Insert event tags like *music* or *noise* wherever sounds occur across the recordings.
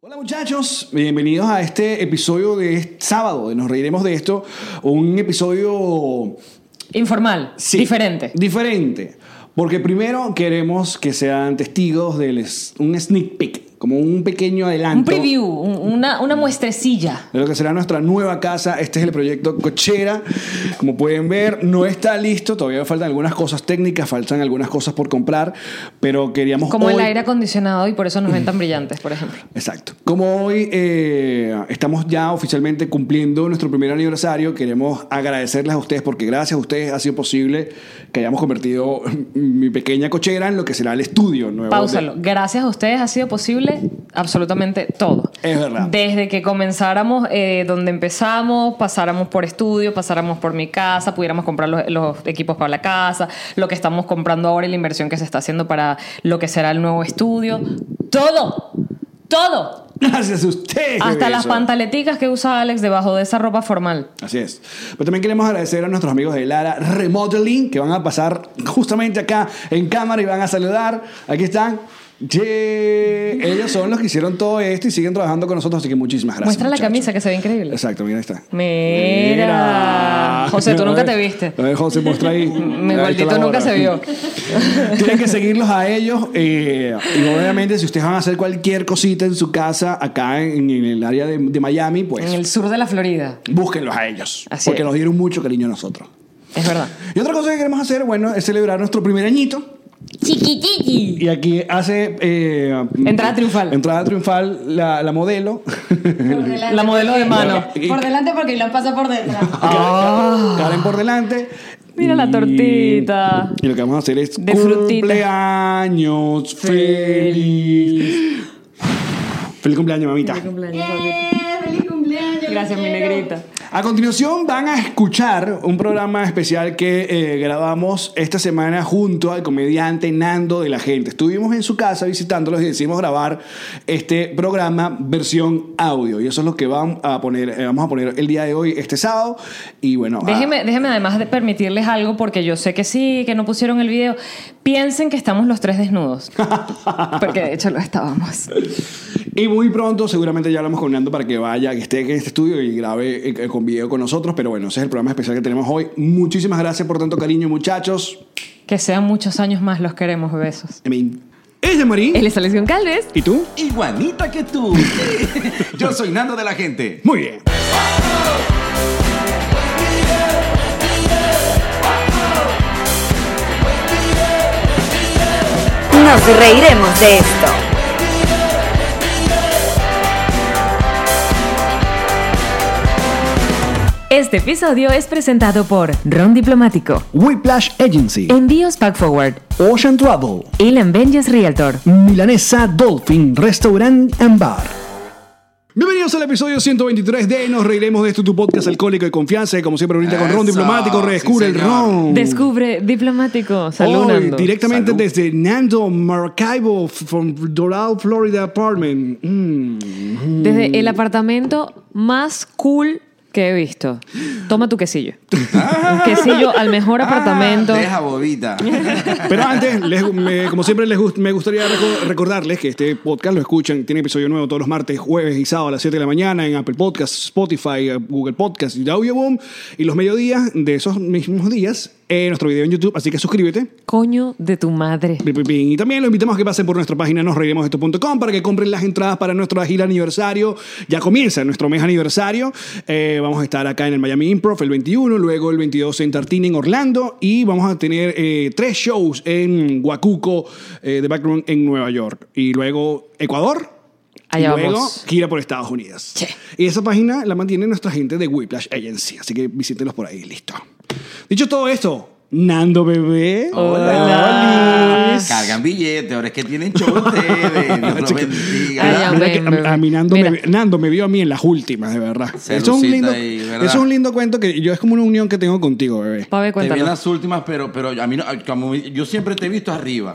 Hola muchachos, bienvenidos a este episodio de este sábado de Nos Reiremos de Esto, un episodio Informal, sí, diferente. Diferente, porque primero queremos que sean testigos de un sneak peek, como un pequeño adelanto. Un preview, un- una, una muestrecilla. de lo que será nuestra nueva casa. Este es el proyecto Cochera. Como pueden ver, no está listo. Todavía faltan algunas cosas técnicas, faltan algunas cosas por comprar, pero queríamos Como el hoy- aire acondicionado y por eso nos ven tan brillantes, por ejemplo. Exacto. Como hoy eh, estamos ya oficialmente cumpliendo nuestro primer aniversario, queremos agradecerles a ustedes porque gracias a ustedes ha sido posible que hayamos convertido *laughs* mi pequeña cochera en lo que será el estudio nuevo. de- Páusalo. Gracias a ustedes ha sido posible absolutamente todo. Es verdad. Desde que comenzáramos eh, donde empezamos, pasáramos por estudio, pasáramos por mi casa, pudiéramos comprar los, los equipos para la casa, lo que estamos comprando ahora y la inversión que se está haciendo para lo que será el nuevo estudio. Todo. Todo. *laughs* Gracias a ustedes. Hasta las eso. pantaleticas que usa Alex debajo de esa ropa formal. Así es. Pero también queremos agradecer a nuestros amigos de Lara Remodeling que van a pasar justamente acá en cámara y van a saludar. Aquí están. Ye- Ellos son los que hicieron todo esto y siguen trabajando con nosotros, así que muchísimas gracias. Muestra la muchachos. camisa que se ve increíble. Exacto, mira, ahí está. Mira. José, *laughs* tú A nunca ver, te viste. A ver, José, muestra *laughs* ahí. Mi Ahí está gordito la nunca hora. se vio. *laughs* Tienen que seguirlos a ellos. eh, y obviamente, si ustedes van a hacer cualquier cosita en su casa, acá en, en el área de, de Miami, pues En el sur de la Florida. búsquenlos a ellos. Así porque es. nos dieron mucho cariño a nosotros. Es verdad. Y otra cosa que queremos hacer, bueno, es celebrar nuestro primer añito. Chiquitiki. Y aquí hace. eh, Entrada triunfal. Entrada triunfal la, la *laughs* modelo. La modelo de mano. Por delante porque Ilan pasa por detrás. Karen por delante. Mira la Y- tortita. Y lo que vamos a hacer es De frutita. cumpleaños feliz. Feliz cumpleaños, mamita. ¡Feliz cumpleaños! *laughs* Gracias, mi negrita. A continuación van a escuchar un programa especial que eh, grabamos esta semana junto al comediante Nando de la Gente. Estuvimos en su casa visitándolos y decidimos grabar este programa versión audio. Y eso es lo que van a poner, eh, vamos a poner el día de hoy, este sábado. Y bueno, a- Ah. Déjeme, déjeme además de permitirles algo porque yo sé que sí, que no pusieron el video. Piensen que estamos los tres *laughs* desnudos. Porque de hecho lo estábamos. Y muy pronto, seguramente ya hablamos con Nando para que vaya, que esté aquí en este estudio y grabe eh, con video con nosotros. Pero bueno, ese es el programa especial que tenemos hoy. Muchísimas gracias por tanto cariño, muchachos. Que sean muchos años más, los queremos, Este besos. I mean, ella Marín. Él es Alex Goncalves. ¿Y tú? Iguanita *laughs* que tú. Yo soy Nando de la gente. Muy bien. Nos reiremos de esto. Este episodio es presentado por Ron Diplomático, Whiplash Agency, Envíos Pack Forward, Ocean Travel, Ilan Benjes Realtor. Milanesa Dolphin Restaurant and Bar. Bienvenidos al episodio 123 de Nos Reiremos de esto, tu podcast alcohólico de confianza. Y Como siempre, ahorita con Ron Eso, Diplomático, sí, redescubre el señor. Ron. Descubre Diplomático. Salud, Hoy, Nando. directamente Salud. desde Nando Maracaibo, from Doral, Florida Apartment. Mm. Desde el Mm. apartamento más cool que he visto. Toma tu quesillo. Un quesillo al *laughs* mejor apartamento. Ah, *laughs* Deja bobita. Pero antes, *laughs* les- me- como siempre, les gust- me gustaría reco- recordarles que este podcast lo escuchan. Tiene episodio nuevo todos los martes, jueves y sábado a las 7 de la mañana en Apple Podcasts, Spotify, eh, Google Podcasts y Audioboom. Y los mediodías de esos mismos días, eh, nuestro video en YouTube. Así que suscríbete. Coño de tu madre. Pi, pi, pi. Y también los invitamos a que pasen por nuestra página nosreiremosdeesto.com para que compren las entradas para nuestro gira aniversario. Ya comienza nuestro mes aniversario. Eh, vamos a estar acá en el Miami Improv el 21, luego el 22 en Tartini, en Orlando, y vamos a tener eh, tres shows en Huacuco, eh, The Backroom, en Nueva York. Y luego Ecuador. Allá y luego vamos. gira por Estados Unidos. Y esa página la mantiene nuestra gente de Whiplash Agency, así que visítenlos por ahí, listo. Dicho todo esto, Nando Bebé. Hola. Olis. Cargan billete, ahora es que tienen show ustedes. Dios *laughs* los bendiga. Ay, ya, Mira que ven, a, a mí bebé. Nando Mira. me, Nando me vio a mí en las últimas, de verdad. Eso es, un Cerucita lindo, ahí, ¿verdad? eso es un lindo cuento que yo es como una unión que tengo contigo, bebé. Pabé, Te vi en cuéntanos. las últimas, pero, pero a mí no, como yo siempre te he visto arriba.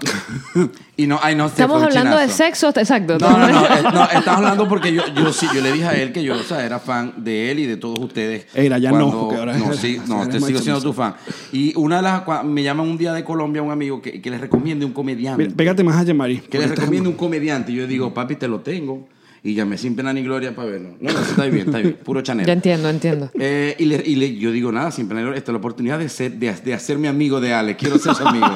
y no, ay, no, se Estamos fue un hablando de chinazo. sexo, exacto. No, no, no, eh, no, estás hablando porque yo, yo sí, yo le dije a él que yo, o sea, era fan de él y de todos ustedes. Era, ya no, porque ahora- *laughs* No, sí, no, ahora te es sigo macho, siendo macho. tu fan. Y una de las, cua- me llama un día de Colombia un amigo que, que les recomiende un comediante. Mira, pégate más a Yamari. que les recomiende un comediante. Y yo digo, papi, te lo tengo. Y llamé sin pena ni gloria para verlo. No, no, está bien, está bien, puro chanel. *laughs* Ya entiendo, entiendo. Eh, y le, y le- yo digo, nada, sin planear, esta es la oportunidad de, ser, de, de hacerme amigo de Ale, quiero ser su amigo.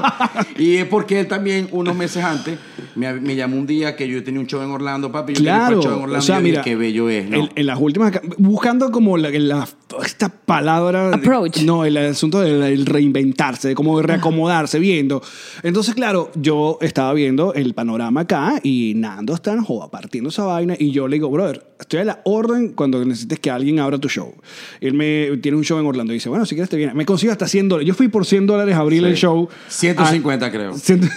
y es porque él también, unos meses antes, me, me llamó un día que yo tenía un show en Orlando, papi, yo tenía Claro. un show en Orlando, o sea, y yo dije, mira, qué bello es, ¿no? En, en las últimas, buscando como la, la- esta palabra. Approach. No, el asunto del el reinventarse, de cómo reacomodarse, viendo. Entonces, claro, yo estaba viendo el panorama acá y Nando está en joda, partiendo esa vaina. Y yo le digo, brother, estoy a la orden cuando necesites que alguien abra tu show. Él me tiene un show en Orlando y dice, bueno, si quieres te viene. Me consigo hasta 100 dólares. Yo fui por 100 dólares a abrir el show. Ah, 150 creo. Ciento-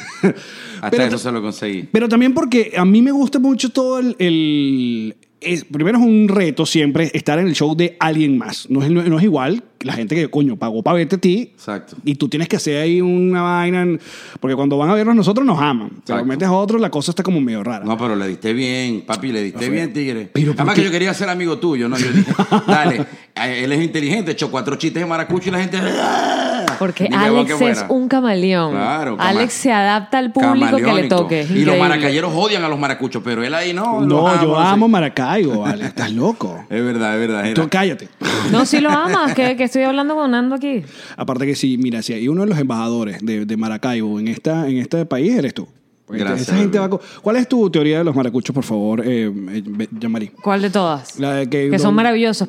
Hasta Pero- eso se lo conseguí. pero también porque a mí me gusta mucho todo el... el- es- primero es un reto siempre estar en el show de alguien más. No es, no es igual que la gente que, coño, pagó para verte a ti. Exacto. Y tú tienes que hacer ahí una vaina. en- porque cuando van a vernos nosotros nos aman. Pero Exacto. metes a otro, la cosa está como medio rara. No, pero le diste bien, papi, le diste bien, tigre. Pero, ¿por Además qué? que yo quería ser amigo tuyo, ¿no? Yo *laughs* dije, dale, él es inteligente, echó cuatro chistes de maracucho y la gente... "Ah, Porque Ni me hago Alex que es fuera. un camaleón. Claro, cama- Alex se adapta al público que le camaleónico. toque. Y los Increíble. maracayeros odian a los maracuchos, pero él ahí no. No, los yo no sé. amo Maracaibo, vale. Estás *laughs* loco. Es verdad, es verdad. Tú era. cállate. No, si lo amas, que, que estoy hablando con Nando aquí. Aparte que sí, mira, si hay uno de los embajadores de, de Maracaibo en, esta, en este país, eres tú. Porque Gracias, esa gente bebé. va co- ¿Cuál es tu teoría de los maracuchos, por favor, eh, eh, Jean-Marie? ¿Cuál de todas? La de que- son don- maravillosos,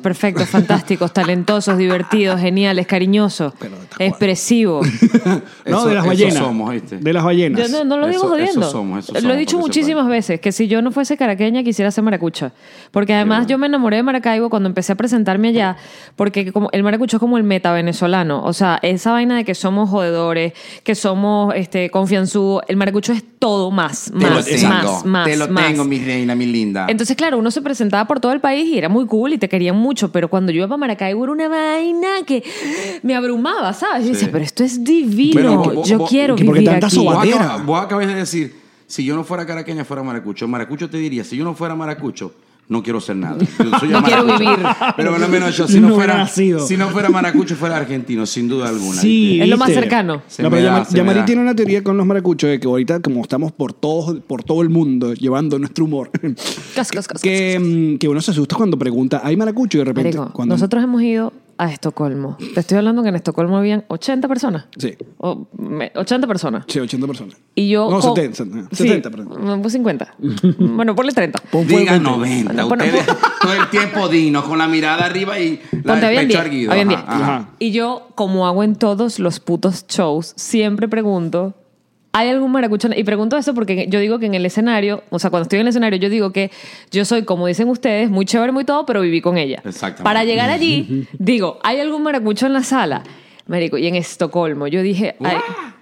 *laughs* perfectos, fantásticos, talentosos, divertidos, geniales, cariñosos, Pero está jugando. *laughs* expresivos. *laughs* No, Eso- de las eso ballenas. somos, ¿oíste? De las ballenas. Yo no, no lo digo Eso- jodiendo. eso somos, eso lo somos, he dicho para que muchísimas veces, que si yo no fuese caraqueña quisiera ser maracucha. Porque además yo me enamoré de Maracaibo cuando empecé a presentarme allá, porque como el maracucho es como el meta venezolano. O sea, esa vaina de que somos jodedores, que somos este, confianzudos. El maracucho es todo más, Te lo más, tengo, más, más. Te lo más. tengo, mi reina, mi linda. Entonces, claro, uno se presentaba por todo el país y era muy cool y te querían mucho, pero cuando yo iba para Maracaibo era una vaina que me abrumaba, ¿sabes? Yo decía, pero esto es divino, Pero vos- yo vos- quiero ¿y por qué vivir tanta aquí. soba- vos, bandera. acabas, vos acabas de decir, si yo no fuera caraqueña, fuera maracucho. Maracucho te diría, si yo no fuera maracucho, no quiero ser nada. Yo soy No quiero maracucho. vivir. Pero bueno, menos yo, si no, No hubiera fuera, nacido. si no fuera maracucho, fuera argentino, sin duda alguna. Sí, Es lo más ¿viste? cercano. Se No, me pero da, Yama- se me Yamari da. tiene una teoría con los maracuchos de que ahorita, como estamos por todo, por todo el mundo llevando nuestro humor, *laughs* Cas, cas, cas, que, mm, que uno se asusta cuando pregunta, ¿hay maracucho? Y de repente, Marico, cuando nosotros hemos ido a Estocolmo. Te estoy hablando que en Estocolmo habían 80 personas. Sí. O, me- 80 personas. Sí, 80 personas. Y yo. No, con- 70, 70, Sí, 70, perdón. no, *laughs* pues 50. bueno, ponle 30. Pon fuego Diga en ti. 90. Bueno, Ustedes pon- *laughs* todo el tiempo dignos, con la mirada arriba y la Ponte del habían pecho 10. erguido. habían Ajá, 10. ajá. ajá. Y yo, como hago en todos los putos shows, siempre pregunto. ¿Hay algún maracucho? Y pregunto eso porque yo digo que en el escenario, o sea, cuando estoy en el escenario, yo digo que yo soy, como dicen ustedes, muy chévere, muy todo, pero viví con ella. Exactamente. Para llegar allí, digo, ¿hay algún maracucho en la sala? Marico, y en Estocolmo, yo dije, ¿hay,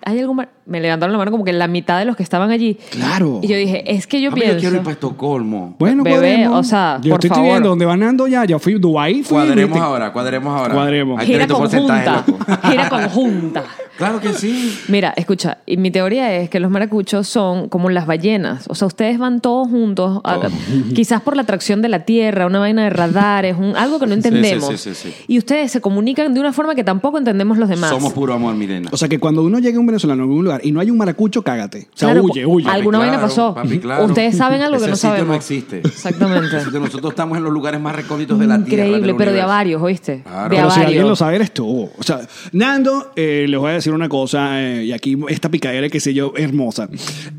¿hay algún mar-? Me levantaron la mano como que la mitad de los que estaban allí. Claro. Y yo dije, es que yo Papi, pienso. Ah, quiero ir para Estocolmo. Bueno, Bebé, podemos. o sea, yo por estoy favor. viendo donde van andando ya. Ya fui a Dubái. Fui Cuadremos ¿viste? ahora, cuadremos ahora. Cuadremos. Hay gira tremendo porcentaje, conjunta. ¿eh, loco. *laughs* Gira conjunta. Claro *laughs* que sí. Mira, escucha, y mi teoría es que los maracuchos son como las ballenas. O sea, ustedes van todos juntos, a- *laughs* quizás por la atracción de la tierra, una vaina de radares, un, algo que no sí, entendemos. sí, sí, sí. Y ustedes se comunican de una forma que tampoco entendemos los demás. Somos puro amor, Milena. O sea, que cuando uno llega a un venezolano a algún lugar y no hay un maracucho, cágate. O sea, Claro, huye, huye. algo- Alguna vaina pasó. papi, claro. Ustedes saben algo que Ese no sitio sabemos. no existe. *laughs* Exactamente. Ese sitio- Nosotros estamos en los lugares más recónditos de la tierra. Increíble, del pero de a universo. varios, ¿oíste? Claro. De a Pero si alguien lo varios. sabe, eres tú. O sea, Nando, eh, les voy a decir una cosa, eh, y aquí esta picadera, que sé yo, hermosa.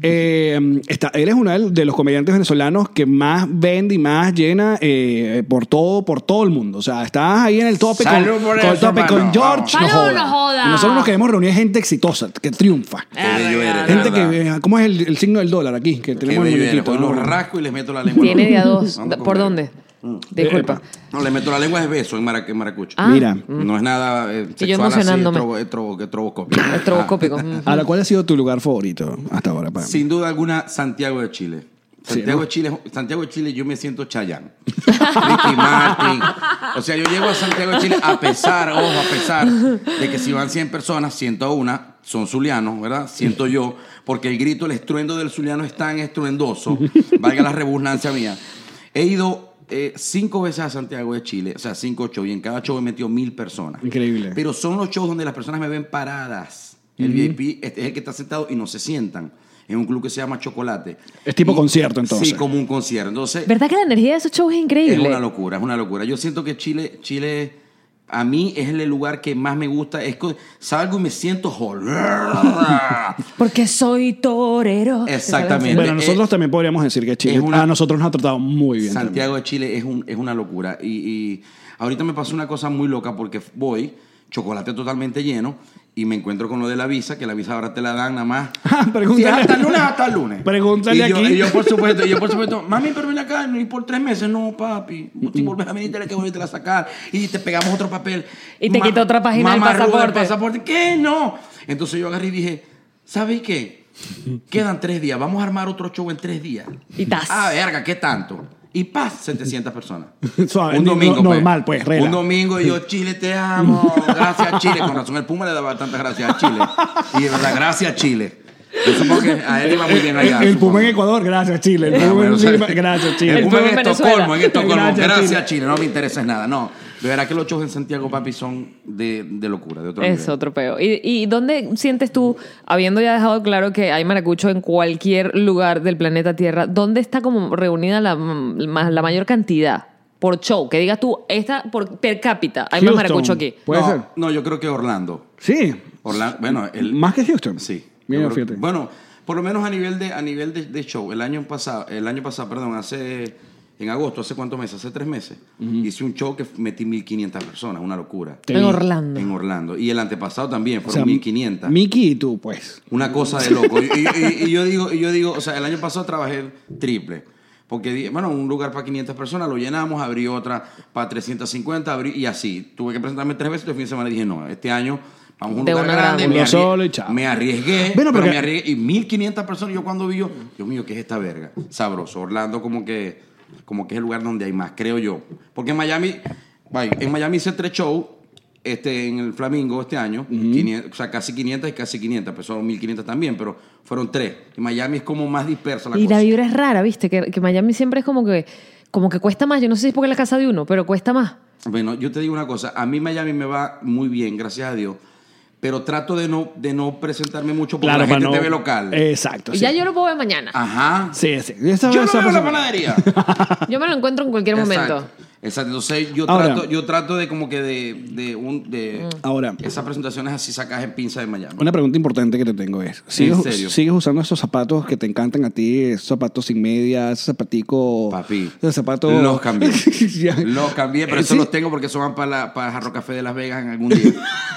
Eh, está, eres uno del- de los comediantes venezolanos que más vende y más llena eh, por todo por todo el mundo. O sea, estás ahí en el tope con, Salud por con el eso, tope hermano. con George. Vamos. Salud, joda. no joda. Y Nosotros nos queremos reunir gente exitosa, que triunfa. Qué bello eres, de Gente verdad. pues, que, eh, ¿cómo es el, el signo del dólar aquí? Que Qué tenemos el bello eres. muñequito, Hoy ¿no? los rasco y les meto la lengua. en Tiene los- de a dos. *laughs* Vamos Mm. con ¿Por él. dónde? Disculpa. No, le meto la lengua de beso en, marac- en maracucho. Ah. Eh, Mira, No es nada eh, Y yo sexual así, emocionándome. trobo- eh, trobo- eh, troboscópico. *laughs* Es troboscópico. Mm. Ahora, ¿cuál ha sido tu lugar favorito hasta ahora? Ah, Pam? Sin duda alguna, Santiago de Chile. Sí, Santiago, ¿no? de Chile, Santiago de Chile, yo me siento Chayán. Ricky Martin. O sea, yo llego a Santiago de Chile a pesar, ojo, a pesar de que si van 100 personas, 101 son zulianos, ¿verdad? Siento yo, porque el grito, el estruendo del zuliano es tan estruendoso, valga la rebugnancia mía. He ido eh, cinco veces a Santiago de Chile, o sea, cinco shows, y en cada show he metido mil personas. Increíble. Pero son los shows donde las personas me ven paradas. El VIP es es el que está sentado y no se sientan. En un club que se llama Chocolate. Es tipo Y- concierto, entonces. Sí, como un concierto. Entonces, Mm. ¿Verdad que la energía de esos shows es es increíble? una locura, es una locura. Yo siento que Chile, Chile, a mí es el lugar que más me gusta. Es que salgo y me siento whole. Porque soy torero. Exactamente. Bueno, Eh, nosotros también podríamos decir que Chile es una- a nosotros nos ha tratado muy bien. Santiago de Chile es, un- es una locura. Y, y ahorita me pasó una cosa muy loca porque voy, chocolate totalmente lleno, y me encuentro con lo de la visa, que la visa ahora te la dan nada *laughs* más. Ah, Pregúntale- Si es hasta el lunes, hasta el lunes. Pregúntale y yo, aquí. Y yo, por supuesto, y yo, por *laughs* supuesto, mami, pero ven acá, y por tres meses, no, papi. Si volvés a venir, tenés que volverte a sacar. Y te pegamos otro papel. Y te quita otra página del Mamarrudo pasaporte. pasaporte. ¿Qué? No. Entonces yo agarré y dije, *laughs* ¿sabes qué? Quedan tres días, vamos a armar otro show en tres días. Y tas. Ah, verga, ¿qué tanto? Y paz, 700 personas. *laughs* Suave, un no- domingo. no- normal, pues, rela. Un domingo y yo, Chile, te amo. Gracias, Chile. Con razón, el Puma le daba tantas gracias a Chile. Y de verdad, gracias, Chile. Yo supongo que a él iba muy bien allá. El, el supongo. Puma en Ecuador, gracias Chile. El Ah, Puma bueno, en o sea, *laughs* Lima, gracias Chile. El El Puma Puma en en Estocolmo, en Venezuela. Estocolmo. Gracias, Gracias, Chile. Chile. No me interesa en nada. No. De verdad que los shows en Santiago, papi, son de, de locura, de otro Es nivel. otro peo. ¿Y, y dónde sientes tú, habiendo ya dejado claro que hay maracucho en cualquier lugar del planeta Tierra, dónde está como reunida la, ma- la mayor cantidad por show? Que digas tú, esta por per cápita, hay más Houston. maracucho aquí. Puede no, ser. No, yo creo que Orlando. Sí. Orlando bueno, el, Más que Houston. Sí. Mira, Yo creo- fíjate. Bueno, por lo menos a nivel de a nivel de, de show, el año pasado, el año pasado, perdón, hace en agosto, hace cuántos meses, hace tres meses, hice un show que metí 1500 personas, una locura. Te en vi. Orlando. En Orlando. Y el antepasado también, O fueron sea, 1500. Mickey y tú, pues. Una cosa de loco. Y, y- y- y yo digo, y yo digo, o sea, el año pasado trabajé triple. Porque, di- bueno, un lugar para 500 personas, lo llenamos, abrí otra para 350, abrí y así. Tuve que presentarme tres veces, el fin de semana dije, no, este año vamos a un De lugar una grande. gran- Uno arrie- solo y chao. me arriesgué, Bueno, pero porque- me arriesgué. Y 1500 personas, yo cuando vi yo, Dios mío, ¿qué es esta verga? Sabroso. Orlando como que, como que es el lugar donde hay más, creo yo. Porque en Miami, vaya, en Miami hice tres shows este, en el Flamingo este año, 500, o sea, casi 500 y casi 500, pero son 1500 también, pero fueron tres. Y Miami es como más dispersa la y cosa. la vibra es rara, ¿viste? Que, que Miami siempre es como que, como que cuesta más. Yo no sé si es porque es la casa de uno, pero cuesta más. Bueno, yo te digo una cosa, a mí Miami me va muy bien, gracias a Dios, pero trato de no, de no presentarme mucho porque la para gente no- te ve local. Exacto. Y Sí. ya yo lo puedo ver mañana. Ah. Ajá. Sí, sí. Esa- Yo no esa veo la persona- *laughs* panadería. Yo me lo encuentro en cualquier momento. Exacto. Exacto. Entonces yo Ahora- trato, yo trato de como que de, de un de Ahora, esas presentaciones así sacas en pinza de Miami. *laughs* una pregunta importante que te tengo es: ¿sigues, serio? ¿sigues usando esos zapatos que te encantan a ti? Esos zapatos sin media, esos zapaticos. Papi, Esos zapatos. los cambié. *laughs* Ya. los cambié, pero Eh, eso sí. los tengo porque eso van para, la- para Jarro Café de Las Vegas en *laughs* algún día.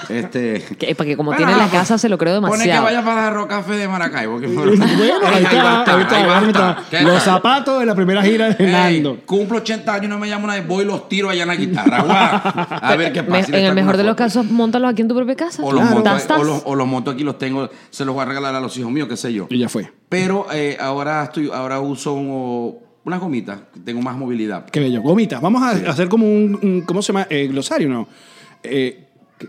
este. Que- porque como Bueno, tiene la pues, casa, se lo creo Pone que demasiado. vaya para Jarro Café de Maracaibo. que- *laughs* *laughs* Bueno, ahí va está, a estar, ahí está, ahí va a ahí estar. está. ¿Qué Los tal? zapatos de la primera gira de Ey, Nando. cumplo 80 años y no me llamo nadie. Voy y los tiro allá en la guitarra. guau. A ver qué Me- pasa. en el mejor de los casos, montalos aquí en tu propia casa. O los, monto, Tas, tas. o los- o los monto aquí, los tengo, se los voy a regalar a los hijos míos, qué sé yo. Y ya fue. Pero eh, ahora estoy, ahora uso un- unas gomitas, tengo más movilidad. Qué bello. Gomitas. Vamos a hacer como un, un- ¿Cómo se llama? Eh, glosario, ¿no? Eh, que-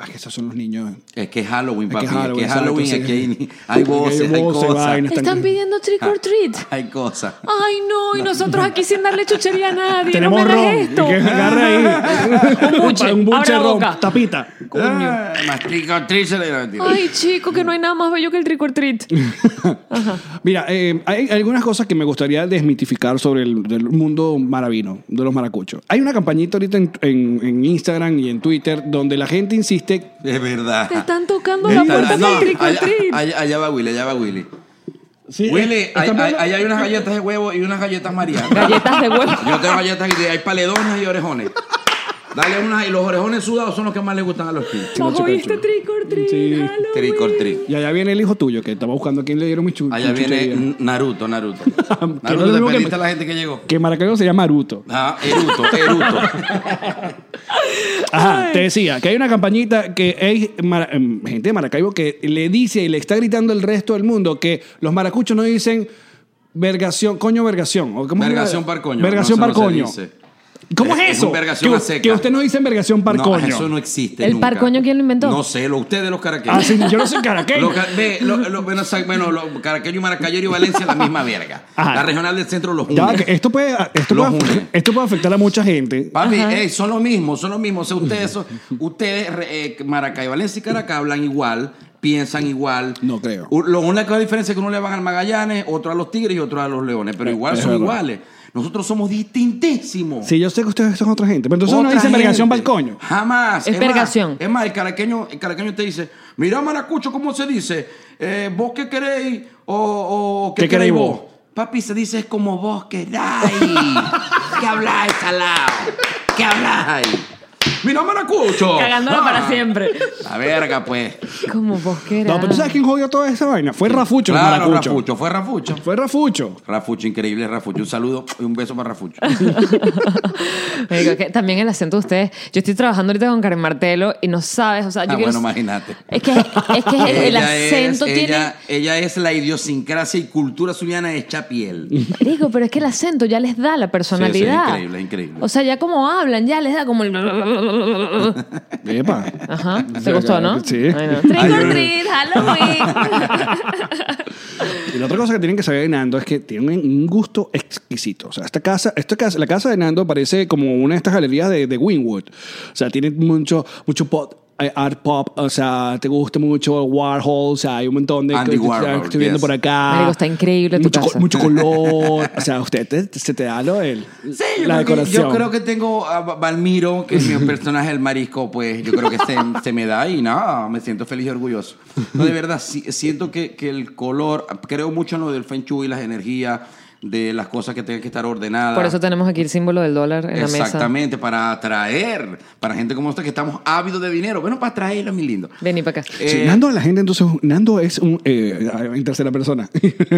ah, que esos son los niños. Es que es Halloween, Es papi. que es Es que es Halloween, Halloween, exacto, aquí *laughs* hay, sí. hay Aquí hay voces, hay voces, cosas. vainas. Están pidiendo trick or treat. Hay cosas. Ay, no, y nosotros aquí sin darle chuchería a nadie. Tenemos no me ron. hagas esto. Y que agarre ahí. *laughs* Un buche. Un buche Abre la ron. boca. Tapita. Ah, Más trick or treat se le da mentira. Ay, chico, que no hay nada más bello que el trick or treat. Mira, eh, hay algunas cosas que me gustaría desmitificar sobre el del mundo maravino, de los maracuchos. Hay una campañita ahorita en, en- en Instagram y en Twitter donde la gente insiste. Es verdad. Te están tocando la Están- puerta para el trick or allá, treat. allá- allá va Willy, allá va Willy. Sí, Willy, eh, hay- están- hay- allá hay unas galletas de huevo y unas galletas María. Galletas de huevo. Yo tengo galletas y hay paledones y orejones. Dale una y los orejones sudados son los que más le gustan a los kids. Chico, chico, ¿Oíste chico. este trick or treat? Sí. Halloween. Trick or treat. Y allá viene el hijo tuyo que estaba buscando a quién le dieron mi chulo. Allá Ah, viene N- Naruto, *laughs* Naruto. no es lo Naruto, te mismo que- perdiste a la gente que llegó. Que en Maracaibo se llama Aruto. Ah, Eruto, Eruto. Ajá, te decía que hay una campañita que hay mara- em, gente de Maracaibo que le dice y le está gritando al resto del mundo que los maracuchos no dicen vergación, coño vergación. ¿o *laughs* cómo es? Vergación par coño. Vergación No, par eso no se coño. dice. ¿Cómo es, Es- es eso? un vergación que, a seca. que usted no dice vergación par No, coño. eso no existe. ¿El nunca. par coño quién lo inventó? No sé, lo, ustedes los caraqueños. Ah, sí, yo no soy caraqueño. Los ca- ve, lo- lo- bueno, sa- bueno, los caraqueños, Maracayero y Valencia, la misma verga. Ajá. La regional del centro los Ya, une. que esto, puede, esto, Los puede, une. esto puede afectar a mucha gente. Papi, ey, son lo mismo, son lo mismo. O sea, ustedes, son- ustedes re- eh, Maracay, Valencia y Caracas hablan igual, piensan igual. No creo. U- Lo único la diferencia es que uno le van al Magallanes, otro a los Tigres y otro a los Leones, pero igual Eh, es son verdad. iguales. Nosotros somos distintísimos. Sí, yo sé que ustedes son otra gente, pero entonces Otra uno dice gente. vergación para coño. Jamás. Es más, vergación. Es más, el caraqueño, el caraqueño te dice, mira maracucho, ¿cómo se dice? Eh, ¿Vos qué queréis? O, o ¿qué, ¿Qué queréis queréis vos? vos? Papi se dice, es como vos *laughs* queráis. ¿Qué habláis, salao? ¿Qué habláis? Mira maracucho. Cagándola Ah. para siempre. La verga, pues. Como vos querás. No, pero ¿tú sabes *laughs* quién jodió toda esa vaina? Fue Rafucho, el Claro, maracucho. Rafucho, fue Rafucho. Fue Rafucho. Rafucho, increíble Rafucho. Un saludo y un beso *laughs* para Rafucho. Marico, que también el acento de ustedes. Yo estoy trabajando ahorita con Karen Martelo y no sabes, o sea, yo Ah, quiero- bueno, imagínate. Es que, es que el, el *laughs* Ella es- acento tiene. ella, ella es la idiosincrasia y cultura suyana hecha piel. Marico, pero es que el acento ya les da la personalidad. Sí, sí, es increíble, es increíble. O sea, ya como hablan, ya les da como el. Epa. *laughs* Ajá. ¿Te gustó, no? Sí. Ay, no. Trick Ay, or yo- treat, Halloween. Y la otra cosa que tienen que saber de Nando es que tiene un gusto exquisito. O sea, esta casa, esta casa, la casa de Nando parece como una de estas galerías de, de Wynwood. O sea, tiene mucho, mucho pot- eh, art pop, o sea, te gusta mucho Warhol, o sea, hay un montón de Andy cosas que Warhol, estoy viendo yes. por acá. Marico, está increíble tu mucho, casa. *laughs* Mucho color, o sea, usted te- se te da lo del, Sí, yo, la creo que, yo decoración. creo que tengo a Ba- Balmiro, que es *laughs* mi personaje, el marisco, pues yo creo que se, se me da y nada, me siento feliz y orgulloso. No, de verdad, sí, siento que, que el color, creo mucho en lo del Feng Shui, las energías, de las cosas que tengan que estar *laughs* ordenadas. Por eso tenemos aquí el símbolo del dólar en la mesa. Exactamente, para atraer, para gente como usted que estamos ávidos de dinero. Bueno, para atraerlo, mi lindo. Vení para acá. Sí, Eh, Nando, la gente entonces, Nando es un, eh, en tercera *laughs* persona.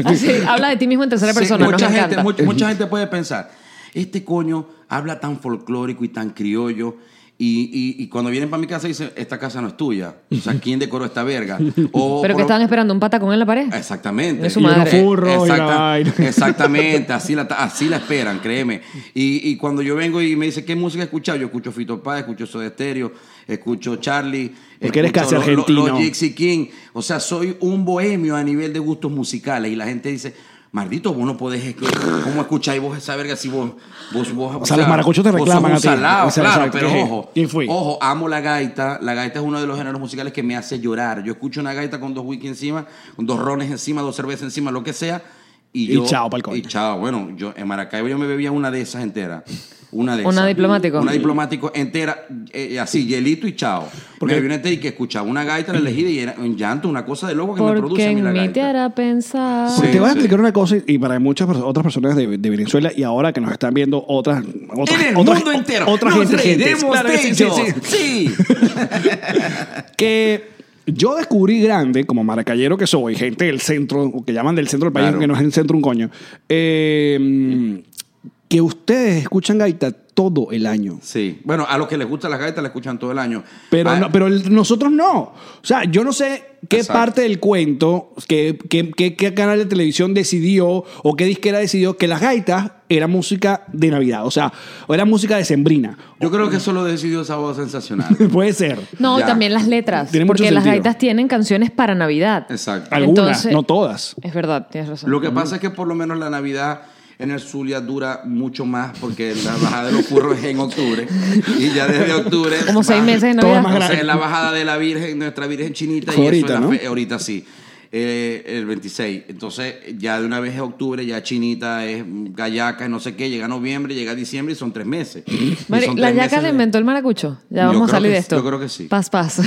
Ah, sí, habla de ti mismo en tercera Sí, persona, mucha, nos gente, encanta. mucha, mucha gente puede pensar, este coño habla tan folclórico y tan criollo. Y, y- y cuando vienen para mi casa dicen, esta casa no es tuya. O sea, ¿quién decoró esta verga? O, Pero por que lo- estaban esperando un patacón en la pared. Exactamente. Es su Y unos madre. furros y la Exacta- vaina. *laughs* Exactamente, así la, así la esperan, créeme. Y, y cuando yo vengo y me dice, ¿qué música he escuchado? Yo escucho Fito Páez, escucho Soda Stereo, escucho Charlie. Porque eres casi escucho lo- lo- argentino. Los Gypsy King. O sea, soy un bohemio a nivel de gustos musicales. Y la gente dice... Maldito, vos no podés. escu- ¿Cómo escucháis vos esa verga si vos. vos, vos O sea, los maracuchos te vos sos reclaman un a ti. salado, O sea, claro, exacto, pero ¿qué? ojo. ¿Quién fui? Ojo, amo la gaita. La gaita es uno de los géneros musicales que me hace llorar. Yo escucho una gaita con dos whisky encima, con dos rones encima, dos cervezas encima, lo que sea. Y, Y yo, chao pa'l coño. Y chao. Bueno, yo en Maracaibo yo me bebía una de esas entera. Una de ¿Una esas. diplomático? Una diplomático entera, eh, así, hielito y chao. Porque- Porque había una entera y que escuchaba una gaita, la elegida y era un llanto, una cosa de loco que me produce a Porque mí la en mí te gaita. hará pensar. Sí. Porque te voy a explicar una cosa y- y para muchas perso- otras personas de, de Venezuela y ahora que nos están viendo otras otras en el otras- mundo entero. otras nos gente- gentes. reiremos Claro de que sí, sí, ellos. sí. sí. que yo descubrí grande como maracayero que soy gente del centro o que llaman del centro del país Claro. que no es el centro un coño eh, que ustedes escuchan gaita todo el año Sí. Bueno, a los que les gustan las gaitas la escuchan todo el año. Pero, Ah, no- pero el- nosotros no. O sea, yo no sé qué Exacto. parte del cuento, qué, qué- qué- qué canal de televisión decidió o qué disquera decidió que las gaitas era música de Navidad. O sea, o era música decembrina. Yo creo que eso lo decidió esa voz *laughs* sensacional. *laughs* Puede ser. No, y Ya. también las letras. Tiene mucho porque las sentido. gaitas tienen canciones para Navidad. Exacto. Algunas, Entonces- no todas. Es verdad, tienes razón. Lo que pasa es que por lo menos la Navidad en el Zulia dura mucho más porque la bajada de los curros es en octubre y ya desde octubre *laughs* Como seis baja. meses de Todas Navidad. más O sea, grande. es la bajada de la Virgen, nuestra Virgen chinita Ahorita, y eso es la ¿no? fe- ahorita sí. eh, el 26. Entonces, ya de una vez es octubre, ya Chinita es Gallaca, no sé qué, llega noviembre, llega diciembre y son tres meses. Y Mari- son la tres yaca meses le de- inventó el maracucho. Ya Yo vamos a creo salir que de sí, esto. yo creo que sí. Paz, paz.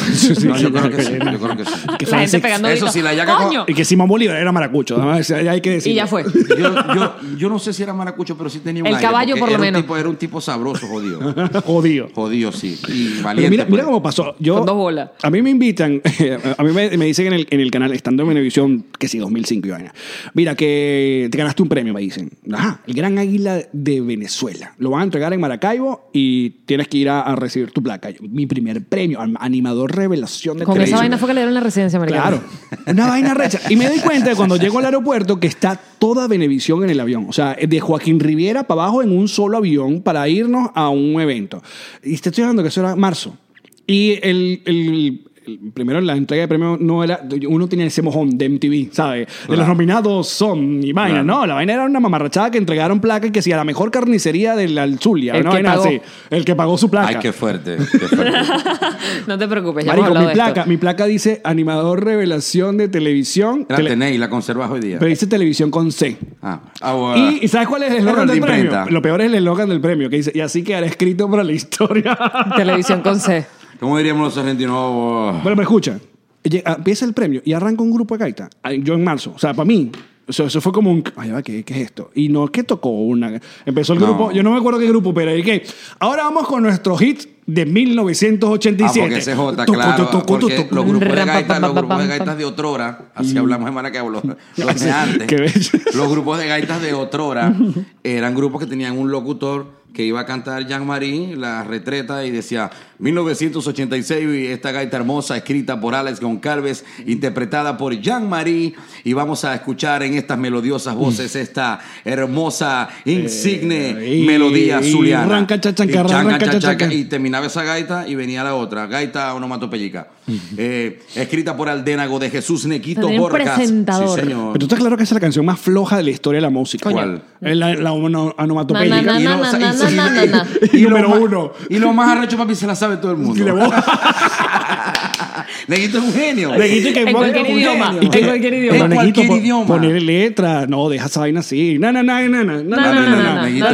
No, yo creo que *laughs* sí, yo creo que sí. Que *laughs* la gente Francis- pegando Eso gritos. sí, la yaca ¡Coño! Y que Simón Bolívar era maracucho, además, hay que decir. Y ya *laughs* fue. Yo, yo, yo no sé si era maracucho, pero sí tenía un El aire, caballo, por porque lo era un menos. tipo- era un tipo sabroso, jodido. *laughs* *laughs* Jodido. Jodido, sí. Y Pero valiente. mira, mira pues. cómo pasó. Yo, Con dos bolas. A mí me invitan, *laughs* a mí me, me dicen en el, en el canal, estando en Venevisión, que sí, 2005 y vaina. Mira, que te ganaste un premio, me dicen. Ajá, el Gran Águila de Venezuela. Lo van a entregar en Maracaibo y tienes que ir a, a recibir tu placa. Yo, Mi primer premio, an- animador revelación de Con esa televisión. vaina fue que le dieron la residencia americana. Claro, una vaina recha. Y me doy cuenta de cuando llego al aeropuerto que está toda Venevisión en el avión. O sea, de Joaquín Riviera para abajo en un solo avión para irnos a un evento. Y te estoy hablando que eso era marzo. Y el... el- el- Primero, la entrega de premio no era. Uno tenía ese mojón de MTV, ¿sabes? De los nominados son y vaina. Claro. No, la vaina era una mamarrachada que entregaron placa y que si a la mejor carnicería del Alzulia. El una que vaina pagó. así. El que pagó su placa. Ay, qué fuerte. qué fuerte. *laughs* No te preocupes, Pues ya Marico, hemos hablado mi de placa, esto. mi placa dice animador revelación de televisión. La Tele- tenéis, la conservas hoy día. Pero dice televisión con C. Ah, ah, bueno. Y, ¿y ¿sabes cuál es el eslogan Error de del premio? imprenta. Lo peor es el eslogan del premio, que dice, y así quedará escrito para la historia. *laughs* Televisión con *laughs* C. ¿Cómo diríamos los argentinos? Ah, bueno. bueno, pero escucha, lle- ah, empieza el premio y arranca un grupo de gaita. Ay, Yo en marzo, o sea, para mí, eso, eso fue como un, ay, va, ¿qué, qué es esto? Y no es que tocó una, empezó el No. grupo, yo no me acuerdo qué grupo, pero ahí que, ahora vamos con nuestro hit de Ah, 1987. porque ese J, Tucu, claro. tucu, porque tucu. los grupos de Ram, pam, gaitas, pam, los pam, grupos de pam, gaitas pam. de otrora, así hablamos en *laughs* Maracaibo, los, los de antes. Qué bello. Los grupos de gaitas *laughs* de otrora eran grupos que tenían un locutor que iba a cantar Jean Marie, la retreta, y decía 1986 y esta gaita hermosa escrita por Alex Goncalves, interpretada por Jean Marie, y vamos a escuchar en estas melodiosas voces esta hermosa insigne Mm. Eh, y- melodía y zuliana. ranca, chachanca, Y chanca, ranca, chachanca, chachanca. y terminaba esa gaita y venía la otra, gaita onomatopellica. Eh, escrita por Aldénago de Jesús Nequito Tenía un Borcas. presentador. Sí, señor. Pero tú estás claro que esa es la canción más floja de la historia de la música. ¿Cuál? Es La, la ono- onomatopeya. Na, na, Y na, lo- na, y- na, *laughs* y- na, na, na. Y lo número más- uno. Y lo más arrecho, papi, se la sabe todo el Y la mundo. voz- Neguito es un genio. Neguito y que En ponga cualquier un idioma, genio. en Y que- cualquier Pero idioma. En Neguito, cualquier po- idioma. Ponerle letra. No, deja esa vaina así. Na, na, na, na, na, na, na, na, na, na, na,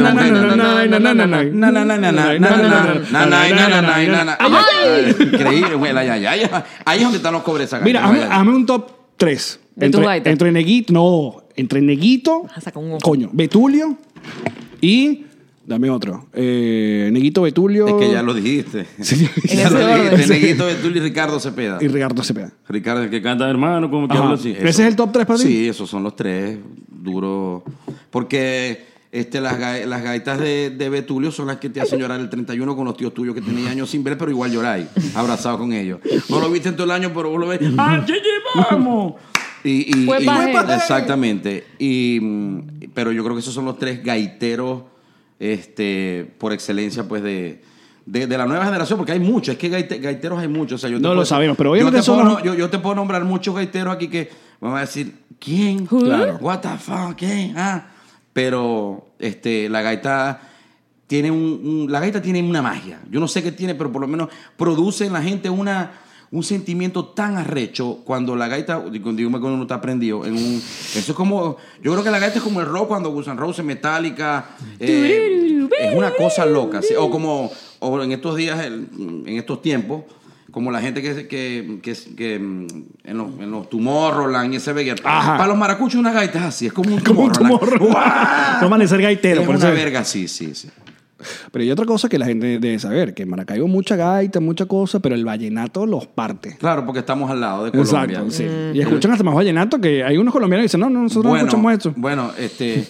na, na, na, na, na, na, na, na, na, na, na, Na, na, na, na, na, na, na, na, na, na, na, na, na, na, na. Ay, ay. Ay, Increíble, güey. la- Ahí ahí- ahí es donde están los cobres. esa gaita, Mira, la hazme, gaita. hazme un top 3. De tus Entre, gaitas. entre Neguito, no, entre Neguito, Ah, saca un ojo. coño, Betulio y dame otro. Eh, Neguito, Betulio Es que ya lo dijiste. *laughs* Sí, En Ya ese lo orden. dijiste. Neguito de Tulio y Ricardo Cepeda. y Ricardo Cepeda. Ricardo, el que canta hermano, como que Ajá. habla así. ¿Ese es el top tres para ti? Sí, esos son los tres duros. Porque este, las, ga- las gaitas de, de Betulio son las que te hacen llorar el 31 con los tíos tuyos que tenéis años sin ver, pero igual lloráis, abrazado con ellos. No lo viste en todo el año, pero vos lo ves. ¡Ah, ya llevamos! Y, y- Fue y- pa' él. exactamente. Y, mm, pero yo creo que esos son los tres gaiteros este, por excelencia, pues, de, de, de la nueva generación, porque hay muchos, es que gaite- gaiteros hay muchos. O sea, yo te No lo puedo- sabemos, pero yo obviamente te son puedo- los- yo, yo te puedo nombrar muchos gaiteros aquí que vamos a decir, ¿quién? Claro. What the fuck, ¿quién? Ah. Pero este, la gaita tiene un, un- La gaita tiene una magia. Yo no sé qué tiene, pero por lo menos produce en la gente una. Un sentimiento tan arrecho cuando la gaita, digo, digo, cuando uno está prendido, en un- eso es como, yo creo que la gaita es como el rock cuando Guns N' Roses, Metallica, eh, es una cosa loca, sí, o como, o en estos días, el- en estos tiempos, como la gente que, que, que, que, mm, en los, en los Tomorrowland y ese veguer. Ajá. Para los maracuchos una gaita es así, es como un *laughs* Como un Tomorrowland. *laughs* Tomorrowland. ¡Guau! No amanecer gaitero, Es por una eso- verga, sí, sí, sí. Pero hay otra cosa que la gente debe saber, que en Maracaibo mucha gaita, mucha cosa, pero el vallenato los parte. Claro, porque estamos al lado de Colombia. Exacto, sí. Y escuchan hasta más vallenato que hay unos colombianos que dicen, no, no, nosotros no escuchamos eso. Bueno, este.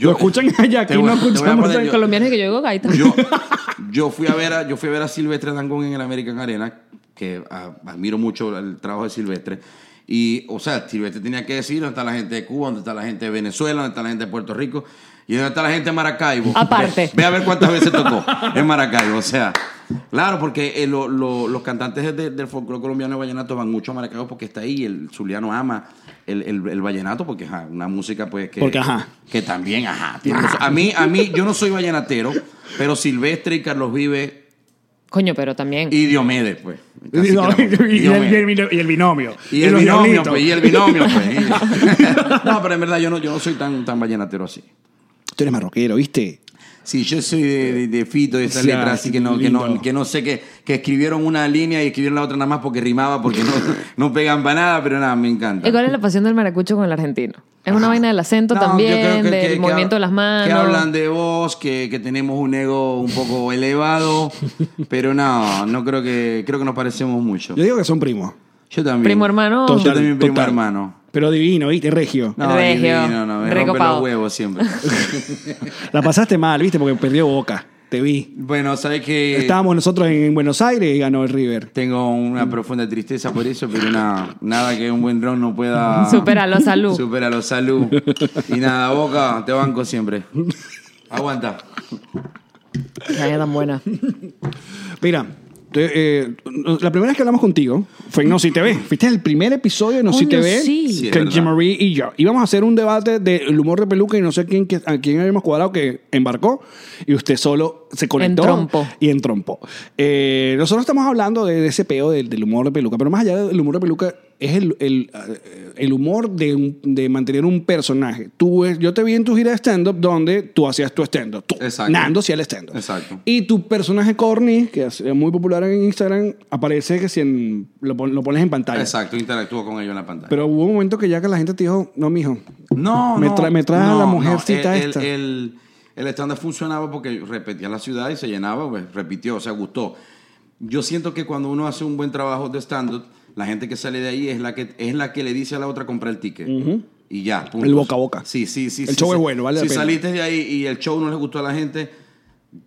Lo escuchan allá, aquí te voy- no te voy a escuchamos poner- eso. yo- Colombiano es que yo digo gaita. Yo, *laughs* yo fui a ver a, yo fui a ver a Silvestre Dangón en el American Arena, que ah, admiro mucho el trabajo de Silvestre. Y, o sea, Silvestre tenía que decir dónde está la gente de Cuba, dónde está la gente de Venezuela, dónde está la gente de Puerto Rico y dónde está la gente de Maracaibo. Aparte. Ve, ve a ver cuántas veces tocó en Maracaibo. O sea, claro, porque eh, lo- lo- los cantantes de- del folclore colombiano y vallenato van mucho a Maracaibo porque está ahí. El zuliano ama el, el- el vallenato porque es una música pues que... Porque, ajá. Que también, ajá. tiene- A mí, a mí, yo no soy vallenatero, pero Silvestre y Carlos Vive Coño, pero también. Y Diomedes, pues. *laughs* Y, Casi que no, la- y- *laughs* y- y Diomedes. el, y el- y el binomio. Y el los binomio, diablitos. pues, y el binomio, *laughs* pues. no, pero en verdad yo no, yo no soy tan, tan vallenatero así. Tú eres marroquero, ¿viste? Sí, yo soy de, de- de Fito, de esa O sea, letra, así que no, que lindo. no, que no sé que, que escribieron una línea y escribieron la otra nada más porque rimaba, porque no, *laughs* no pegan para nada, pero nada, me encanta. ¿Y cuál es la pasión del maracucho con el argentino? Es una vaina del acento Ah. No, yo creo también, que- del que- que movimiento hab- de las manos. Que hablan de vos, que, que tenemos un ego un poco *laughs* elevado, pero no, no creo que, creo que nos parecemos mucho. Yo digo que son primos. Yo también. Primo hermano. Total. Yo también, primo hermano. Pero divino, ¿viste? Regio. No, Regio, divino, no, me rompe recopado. los huevos siempre. La pasaste mal, ¿viste? Porque perdió Boca. Te vi. bueno, sabes que Estábamos nosotros en Buenos Aires y ganó el River. tengo una profunda tristeza por eso, pero nada, nada que un buen ron no pueda *laughs* Superarlo, salud. Superarlo, salud. Y nada, Boca, te banco siempre. Aguanta. Ay, tan buena. Mira, te- eh, la primera vez que hablamos contigo fue en No Si Te Ve. Fuiste el primer episodio de No Si Coño, Te Ve sí. Sí, es con verdad. Jim-Marie y yo. Íbamos a hacer un debate del humor de peluca y no sé quién, que- a quién habíamos cuadrado que embarcó y usted solo se conectó. Entrompó. Y entrompó. Eh, nosotros estamos hablando de, de ese peo del, del humor de peluca, pero más allá del humor de peluca es el, el, eh, el humor de, un- de mantener un personaje. Tú, es- yo te vi en tu gira de stand-up donde tú hacías tu stand-up. Tú, Exacto. Nando hacía el stand-up. Exacto. Y tu personaje corny, que es eh, muy popular en Instagram, aparece que si en- lo, pon- lo pones en pantalla. Exacto, interactúo con ello en la pantalla. Pero hubo un momento que ya que la gente te dijo, no, mijo. No, me no, trae- me traes a la no, mujercita no, el, esta. El, el, el stand-up funcionaba porque repetía la ciudad y se llenaba, pues repitió, o sea, gustó. Yo siento que cuando uno hace un buen trabajo de stand-up, la gente que sale de ahí es la que, es la que le dice a la otra comprar el ticket. Y ya, punto. El boca a boca. Sí, sí, sí. El sí, show sí. es bueno, vale la Si pena. saliste de ahí y el show no le gustó a la gente,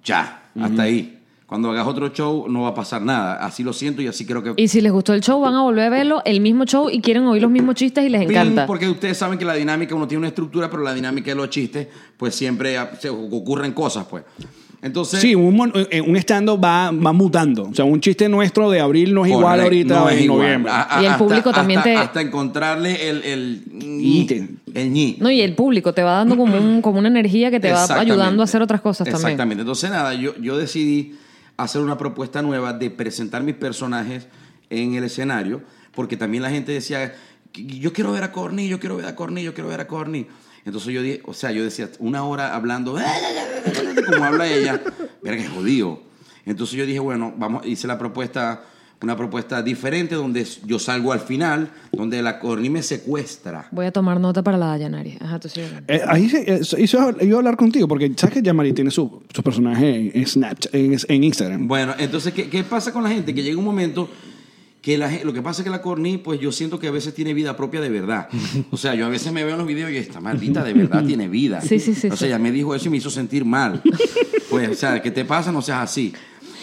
ya, hasta ahí. Cuando hagas otro show no va a pasar nada. Así lo siento y así creo que Y si les gustó el show, van a volver a verlo, el mismo show, y quieren oír los mismos chistes y les Pin, encanta. Porque ustedes saben que la dinámica, uno tiene una estructura, pero la dinámica de los chistes, pues siempre ah, se ocurren cosas, pues. Entonces, Sí, un, mon- eh, un stand-up va, va mutando. O sea, un chiste nuestro de abril no es igual correcto, ahorita no en es igual. Ah. noviembre. A- a- Y el hasta- público también hasta- te- Hasta encontrarle el... El, Y te- el ñi. No, y el público te va dando como, *clears throat* un- como una energía que te va Exactamente. ayudando a hacer otras cosas también. Exactamente. Entonces, nada, yo, yo decidí hacer una propuesta nueva de presentar mis personajes en el escenario, porque también la gente decía, yo quiero ver a Corny, yo quiero ver a Corny, yo quiero ver a Corny. Entonces yo dije, o sea, yo decía, una hora hablando, *laughs* como habla ella, pero que jodido. Entonces yo dije, bueno, vamos, hice la propuesta, una propuesta diferente, donde yo salgo al final, donde la Corny me secuestra. Voy a tomar nota para la Dayanari. Ajá, tú sigue. Eh, ahí se- eh, se- hizo- iba a hablar contigo porque sabes que Yamari tiene su, su personaje en, en Snapchat, en, en Instagram. Bueno, entonces, ¿qué, qué pasa con la gente? Que llega un momento que la, gen- lo que pasa es que la corny, pues yo siento que a veces tiene vida propia de verdad. O sea, yo a veces me veo en los videos y esta maldita *laughs* de verdad tiene vida. Sí, sí, sí, O sea, sí. ella me dijo eso y me hizo sentir mal. Pues, o sea, ¿qué te pasa? No seas así.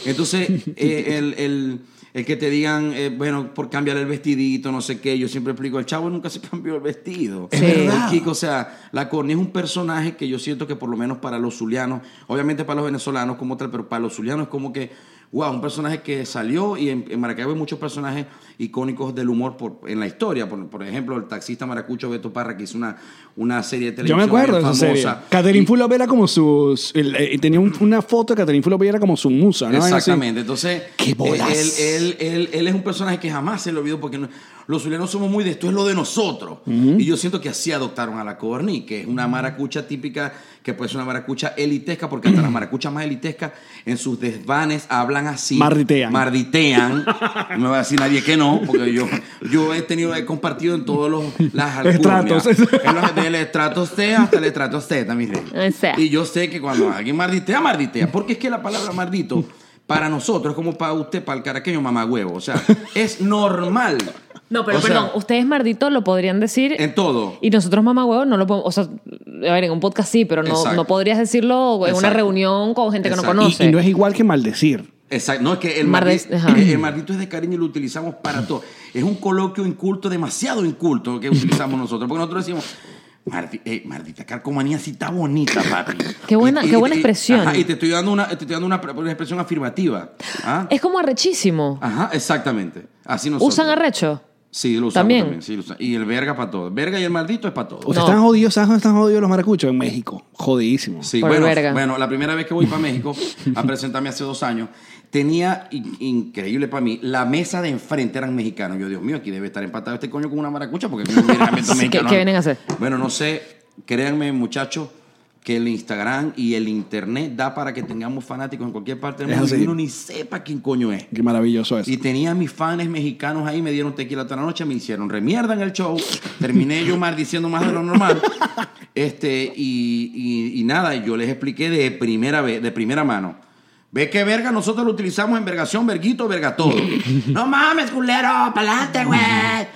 Entonces, eh, el, el- el que te digan, eh, bueno, por cambiar el vestidito, no sé qué, yo siempre explico, el chavo nunca se cambió el vestido. Es verdad. El Kiko, o sea, la Corny es un personaje que yo siento que por lo menos para los zulianos, obviamente para los venezolanos como tal, pero para los zulianos es como que, wow, un personaje que salió y en, en Maracaibo hay muchos personajes icónicos del humor por- en la historia. Por, por ejemplo, el taxista maracucho Beto Parra que hizo una, una serie de Yo televisión me acuerdo de bien esa serie. famosa. Catherine Y- Fulop era como sus. el- eh, tenía un- una foto de Catherine Fulop era como su musa, ¿no? Exactamente. Entonces, ¡Qué bolas! Él, él, él, él es un personaje que jamás se le olvidó porque no- los zulianos somos muy de esto, es lo de nosotros. Y yo siento que así adoptaron a la Corny, que es una maracucha típica, que puede ser una maracucha elitesca, porque hasta *clears throat* las maracuchas más elitescas en sus desvanes hablan así. Marditean. *laughs* Marditean. no me va a decir nadie que no, porque yo, yo he tenido, he compartido en todos los las *laughs* alcurnias. Estratos. En los- del estrato C hasta el estrato Z, mi rey. Eh, O sea. Y yo sé que cuando alguien marditea, marditea. Porque es que la palabra mardito para nosotros es como para usted, para el caraqueño, mamá huevo. O sea, es normal. No, pero O sea, perdón, ustedes mardito lo podrían decir. En todo. Y nosotros mamá huevo no lo podemos, o sea, a ver, en un podcast sí, pero no, Exacto. no podrías decirlo en una Exacto. reunión con gente que Exacto. no Y- conoce. y no es igual que maldecir. Exacto. No, es que el, Mardi- mardi- Ajá. el mardito es de cariño y lo utilizamos para todo. Es un coloquio inculto, demasiado inculto que utilizamos nosotros. Porque nosotros decimos. "Mardi- eh, mardita carcomanía sí está bonita, papi. Qué buena- qué buena expresión. ajá, y te estoy dando una, te estoy dando una, una expresión afirmativa. ¿ah? Es como arrechísimo. Ajá, exactamente. Así nosotros. Eh, Usan arrecho. Sí, lo usamos También. también. sí, lo usa- Y el verga para todo. Verga y el maldito es para todo. Ustedes No. están jodidos, ¿sabes dónde están jodidos los maracuchos? En México. Jodidísimos. Sí, Por bueno, verga. bueno, la primera vez que voy para *laughs* México a presentarme hace dos años, tenía, in- increíble para mí, la mesa de enfrente eran mexicanos. Yo, Dios mío, aquí debe estar empatado este coño con una maracucha porque aquí *laughs* no viene a meter Sí, ¿qué- mexicano. qué vienen a hacer? Bueno, no sé, créanme, muchachos, que el Instagram y el Internet da para que tengamos fanáticos en cualquier parte del Es mundo y así. uno ni sepa quién coño es. Qué maravilloso eso. Y tenía mis fans mexicanos ahí, me dieron tequila toda la noche, me hicieron remierda en el show. Terminé yo maldiciendo más de lo normal. Este, y, y- y nada, yo les expliqué de primera vez, de primera mano. Ve que verga, nosotros lo utilizamos en vergación, verguito, verga todo. no mames, culero, pa'lante, güey.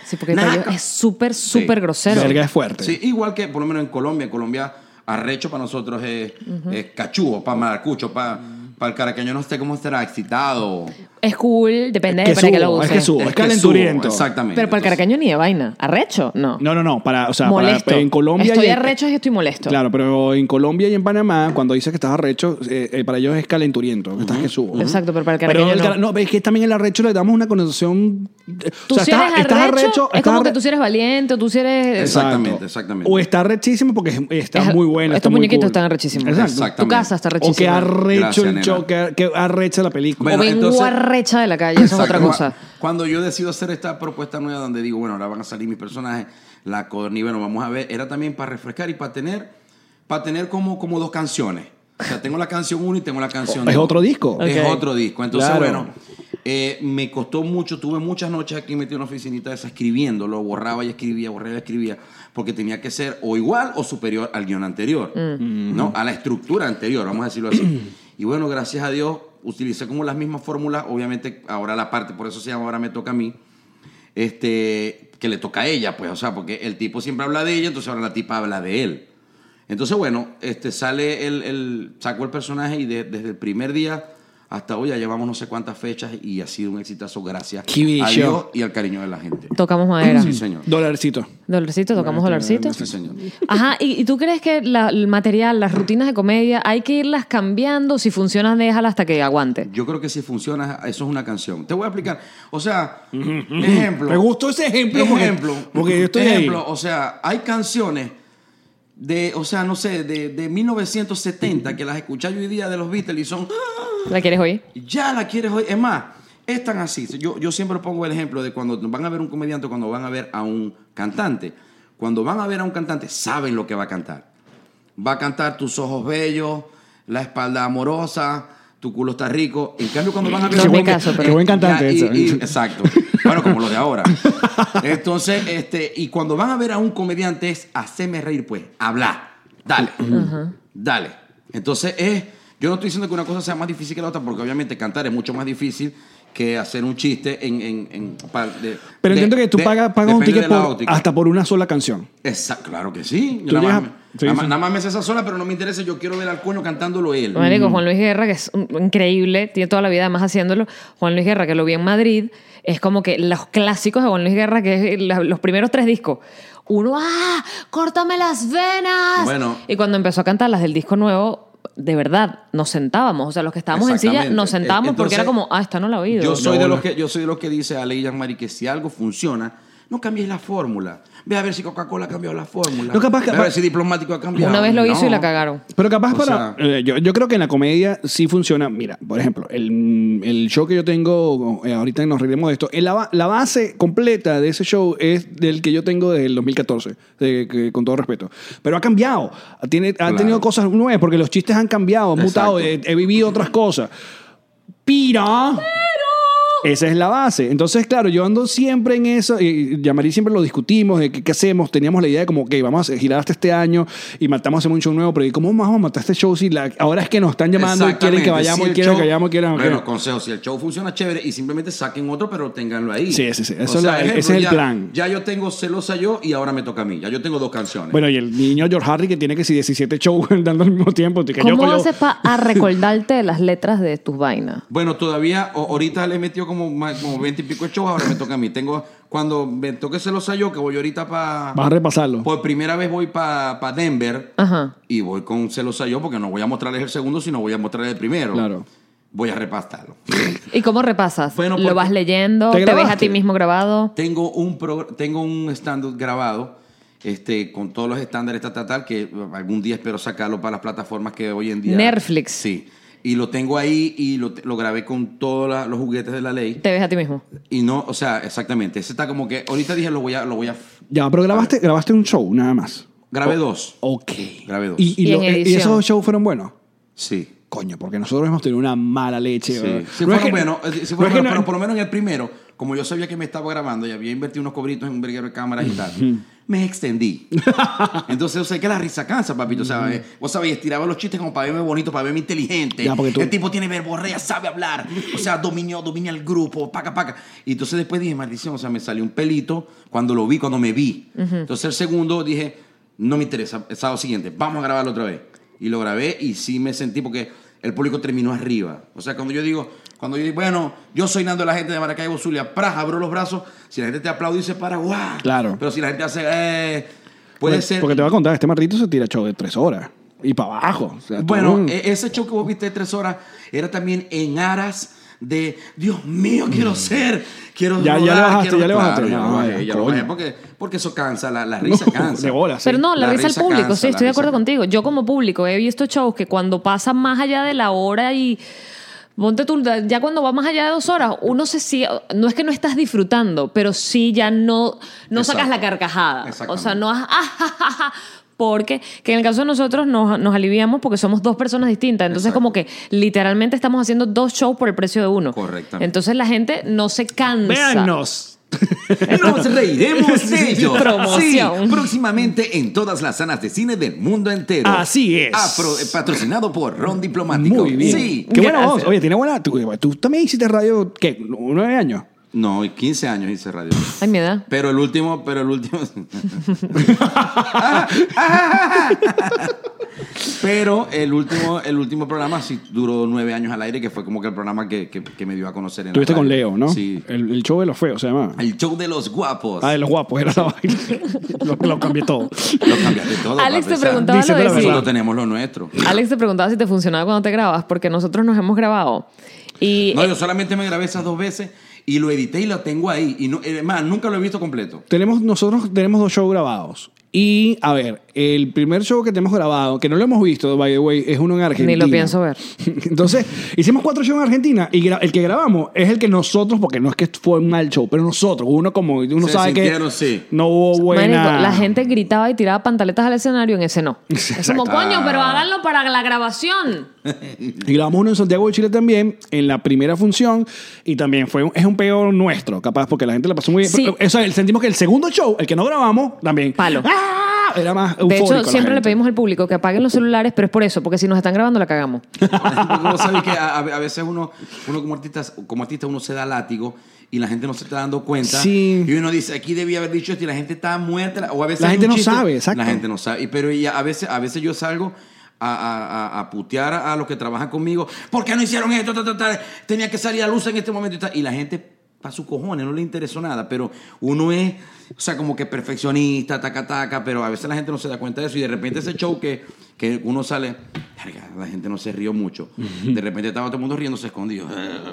Sí, porque Naco. Tayo es súper, súper grosero. Verga es fuerte. Sí, igual que por lo menos en Colombia, en Colombia arrecho para nosotros es, es cachugo, para maracucho, para el caraqueño no sé cómo será, excitado. Es cool, depende Es que de para qué lo subo, es uses. que subo. Es que calenturiento. subo, Exactamente. Pero para el Entonces, caraqueño ni de vaina. ¿Arrecho? No. No, no, no. Para, o sea, para- molesto. en Colombia. Estoy y en- arrecho y estoy molesto. Claro, pero en Colombia y en Panamá, cuando dices que estás arrecho, eh, eh, para ellos es calenturiento. que Estás que subo. Exacto, pero para el caraqueño no. cara- es que también el arrecho le damos una connotación. eh, Tú o sea, si estás- eres estás arrecho, es estás como que arre- tú si eres valiente o tú si eres... Exacto. Exactamente, exactamente. O está arrechísimo porque es- está Es- muy buena. está estos muy muñequitos cool. están arrechísimos. Exacto. Exacto. Tu casa está O que arrechísima. arrecho Gracias, el nena. show, que, que arrecha la película. Bueno, o vengo arrecha entonces- de la calle, eso es otra Exacto. cosa. Cuando yo decido hacer esta propuesta nueva donde digo, bueno, ahora van a salir mis personajes, la corni, bueno, vamos a ver, era también para refrescar y para tener, para tener como, como dos canciones. O sea, tengo la canción 1 y tengo la canción Es dos. otro disco. Es Ok. otro disco. Entonces, Claro. bueno, eh, me costó mucho, tuve muchas noches aquí metido en una oficinita esa escribiendo, lo borraba y escribía, borraba y escribía, porque tenía que ser o igual o superior al guión anterior, ¿no? A la estructura anterior, vamos a decirlo así. *clears throat* y bueno, gracias a Dios utilicé como las mismas fórmulas, obviamente ahora la parte, por eso se llama ahora me toca a mí, este, que le toca a ella, pues, o sea, porque el tipo siempre habla de ella, entonces ahora la tipa habla de él. Entonces, bueno, este, sale el, el sacó el personaje y de- desde el primer día hasta hoy ya llevamos no sé cuántas fechas y ha sido un exitazo gracias Qué bicho. a Dios y al cariño de la gente. Tocamos madera. Sí, este, señor. Dolarcito. Dolorcito, tocamos dolorcito. Sí, señor. Ajá, ¿y, y tú crees que la- el material, las rutinas de comedia, hay que irlas cambiando? Si funcionan, déjala hasta que aguante. Yo creo que si funciona, eso es una canción. Te voy a explicar. O sea, ejemplo. Me gustó ese ejemplo porque- Ejemplo. porque yo estoy ejemplo, ahí. o sea, hay canciones de, o sea, no sé, de, de 1970 que las escuchas hoy día de los Beatles y son... "Ah, ¿La quieres oír? Ya la quieres hoy. Es más, es tan así. Yo, yo siempre pongo el ejemplo de cuando van a ver un comediante, cuando van a ver a un cantante. Cuando van a ver a un cantante, saben lo que va a cantar. Va a cantar tus ojos bellos, la espalda amorosa, tu culo está rico. En cambio, cuando van a ver No a es un mi caso, pero- Qué buen cantante Ya, y- ese. y- exacto. Bueno, como los *laughs* de ahora. Entonces, este, y cuando van a ver a un comediante es haceme reír, pues, habla. Dale. Dale. Entonces es. Yo no estoy diciendo que una cosa sea más difícil que la otra, porque obviamente cantar es mucho más difícil que hacer un chiste en. en- en- pa- de- Pero de- entiendo que tú de- pagas, pagas un depende ticket de la por- óptica. hasta por una sola canción. Exacto, claro que sí. Tú Nada más, llegas- me- sí, nada, más- sí. nada más me hace esa sola, pero no me interesa. Yo quiero ver al cuño cantándolo él. Marico, Juan Luis Guerra, que es un- increíble, tiene toda la vida además haciéndolo. Juan Luis Guerra, que lo vi en Madrid, es como que los clásicos de Juan Luis Guerra, que es la- los primeros tres discos. Uno, ¡ah! ¡Córtame las venas! Bueno. Y cuando empezó a cantar las del disco nuevo, de verdad, nos sentábamos. O sea, los que estábamos en silla, Exactamente. nos sentábamos Eh, porque entonces, era como, ah, esta no la he oído. Yo soy, No, de no. los que, yo soy de los que dice Ale y Jean-Marie que si algo funciona, no cambies la fórmula. Ve a ver si Coca-Cola ha cambiado la fórmula. No, capaz que- Ve a ver si Diplomático ha cambiado. Una vez lo hizo No. y la cagaron. Pero capaz O para. eh, yo, yo creo que en la comedia sí funciona. Mira, por ejemplo, el, el show que yo tengo, eh, ahorita nos reiremos de esto. eh, la, ba- la base completa de ese show es del que yo tengo desde el 2014, de- que- con todo respeto. Pero ha cambiado. Tiene, ha Claro. tenido cosas nuevas porque los chistes han cambiado, han mutado, eh, Exacto. he, vivido otras cosas. Pira. Esa es la base. Entonces, claro, yo ando siempre en eso. Y Yamari siempre lo discutimos, de qué, qué hacemos. Teníamos la idea de como, ok, vamos a hacer- girar hasta este año y matamos, hacemos un show nuevo. Pero ¿y ¿cómo vamos a matar este show si la- ahora es que nos están llamando y quieren que Exactamente. vayamos Si y el quieren show- que vayamos y quieren que Bueno, consejo, si el show funciona chévere y simplemente saquen otro, pero ténganlo ahí. Sí, sí, sí. O Eso es la- ese es el ya- plan. Ya yo tengo celosa yo y ahora me toca a mí. Ya yo tengo dos canciones. Bueno, y el niño George Harry que tiene que si 17 shows *laughs* dando al mismo tiempo. Que yo, ¿Cómo coño- haces para recordarte las letras de tus vainas? Bueno, todavía, o- ahorita le he metido como, ma- como 20 y pico de shows, ahora me toca a mí. Tengo, cuando me toque celosa yo, que voy ahorita para... Vas a repasarlo. Por primera vez voy para Denver Ajá. y voy con celosa yo porque no voy a mostrarles el segundo, sino voy a mostrarles el primero. Claro. voy a repasarlo. ¿Y cómo repasas? Bueno, ¿Lo porque- vas leyendo? ¿Te ¿Te, ves a grabaste? ti mismo grabado? Tengo un progr- tengo un stand-up grabado este, con todos los estándares tal, tal, tal, que algún día espero sacarlo para las plataformas que hoy en día... Netflix. Sí. Y lo tengo ahí y lo, lo grabé con todos la- los juguetes de la ley. ¿Te ves a ti mismo? Y no, o sea, exactamente. Ese está como que... Ahorita dije, lo voy a... Lo voy a Ya, pero grabaste, grabaste un show nada más. grabé dos. Ok. Grabé dos. Y, y Y lo- eh, en y edición. esos shows fueron buenos. Sí. Coño, porque nosotros hemos tenido una mala leche. Sí, ¿verdad? Sí No es fueron que- buenos, eh, sí no fueron es que buenos, no- pero por lo menos en el primero, como yo sabía que me estaba grabando y había invertido unos cobritos en un verguero de cámaras y tal, *laughs* me extendí. Entonces, yo sé que la risa cansa, papito, ¿sabes? Vos sabés, estiraba los chistes como para verme bonito, para verme inteligente. Ya, porque tú- El tipo tiene verborrea, sabe hablar, o sea, dominó, domina el grupo, paca, paca. Y entonces después dije, maldición, o sea, me salió un pelito cuando lo vi, cuando me vi. Entonces, el segundo dije, no me interesa, el sábado siguiente, vamos a grabarlo otra vez. Y lo grabé y sí me sentí porque el público terminó arriba. O sea, cuando yo digo, cuando yo digo, bueno, yo soy Nando de la gente de Maracaibo, Zulia, pras, abro los brazos, si la gente te aplaude y se para, guau. Claro. Pero si la gente hace, eh, puede porque, ser. Porque te voy a contar, este martito se tira show de tres horas. Y para abajo. O sea, tú- bueno, e- ese show que vos viste de tres horas era también en aras de, Dios mío, quiero ser, quiero Mm. Ya- ya le rodar, bajaste, quiero- ya le bajaste. Claro, ya lo Ay, bajé, ya lo coño. bajé, porque, porque eso cansa, *laughs* la, la No, risa cansa. de bola, sí. Pero no, la, Ah, La risa al risa público, cansa, sí, la estoy de acuerdo risa contigo. Yo como público he visto shows que cuando pasan más allá de la hora y... Ponte tú, ya cuando va más allá de dos horas, uno se sigue, no es que no estás disfrutando, pero sí ya no, no sacas Exacto. la carcajada. O sea, Exactamente. no has... *laughs* ah, ja, ja, ja, porque, que en el caso de nosotros nos, nos aliviamos porque somos dos personas distintas. Entonces, Exacto. como que literalmente estamos haciendo dos shows por el precio de uno. Correctamente. Entonces, la gente no se cansa. Véannos. *laughs* Nos *laughs* reiremos de ellos. Promoción. Sí, próximamente en todas las salas de cine del mundo entero. Así es. Apro- eh, patrocinado por Ron Diplomático. Muy bien. Sí. Qué buena Gracias. voz. Oye, tiene buena. Tú, tú también hiciste radio, ¿qué? ¿Nueve años? No, y 15 años hice radio. Ay, mi edad. Pero el último, pero el último. pero el último, el último programa sí duró nueve años al aire, que fue como que el programa que, que- que me dio a conocer en la Tuviste con radio. Leo, ¿no? Sí. El, el show de los feos se llamaba. El show de los guapos. Ah, de los guapos, era la vaina. *laughs* lo, lo cambié todo. Lo cambiaste todo. Alex papi, te o sea, preguntaba Dice lo que de la si- verdad. Solo tenemos lo nuestro. Alex te preguntaba si te funcionaba cuando te grabas, porque nosotros nos hemos grabado. Y No, eh, yo solamente me grabé esas dos veces y lo edité y lo tengo ahí. Y no, además, nunca lo he visto completo. Tenemos, nosotros tenemos dos shows grabados. Y, a ver, el primer show que tenemos grabado, que no lo hemos visto, by the way, es uno en Argentina. Ni lo pienso ver. *laughs* Entonces, hicimos cuatro shows en Argentina y gra- el que grabamos es el que nosotros, porque no es que fue un mal show, pero nosotros, uno como, uno Se sabe que sintieron, sí. no hubo buena... marico, la gente gritaba y tiraba pantaletas al escenario, en ese *laughs* no. Es como, coño, pero háganlo para la grabación. Y grabamos uno en Santiago de Chile también, en la primera función, y también fue un- es un peo nuestro, capaz, porque la gente la pasó muy bien. Sí. Pero, eso, es, sentimos que el segundo show, el que no grabamos, también. Palo. ¡ah! Era más De eufórico hecho, la siempre le gente. pedimos al público que apaguen los celulares, pero es por eso, porque si nos están grabando la *laughs* cagamos. Porque vos sabés que a, a- a veces uno, uno como, artista, como artista uno se da látigo y la gente no se está dando cuenta. Sí. Y uno dice, aquí debía haber dicho esto y la gente está muerta. O a veces La hay gente un no chiste- sabe, exacto. La gente no sabe. Y- Pero y a, a veces, a veces yo salgo a, a- a- a putear a, a los que trabajan conmigo. ¿Por qué no hicieron esto? Ta, ta, ta. Tenía que salir a luz en este momento. Y, tal. Y la gente para su cojones, no le interesó nada, pero uno es, o sea, como que perfeccionista, taca, taca, pero a veces la gente no se da cuenta de eso y de repente ese show que, que uno sale, "Verga, la gente no se rió mucho, de repente estaba todo el mundo riéndose escondido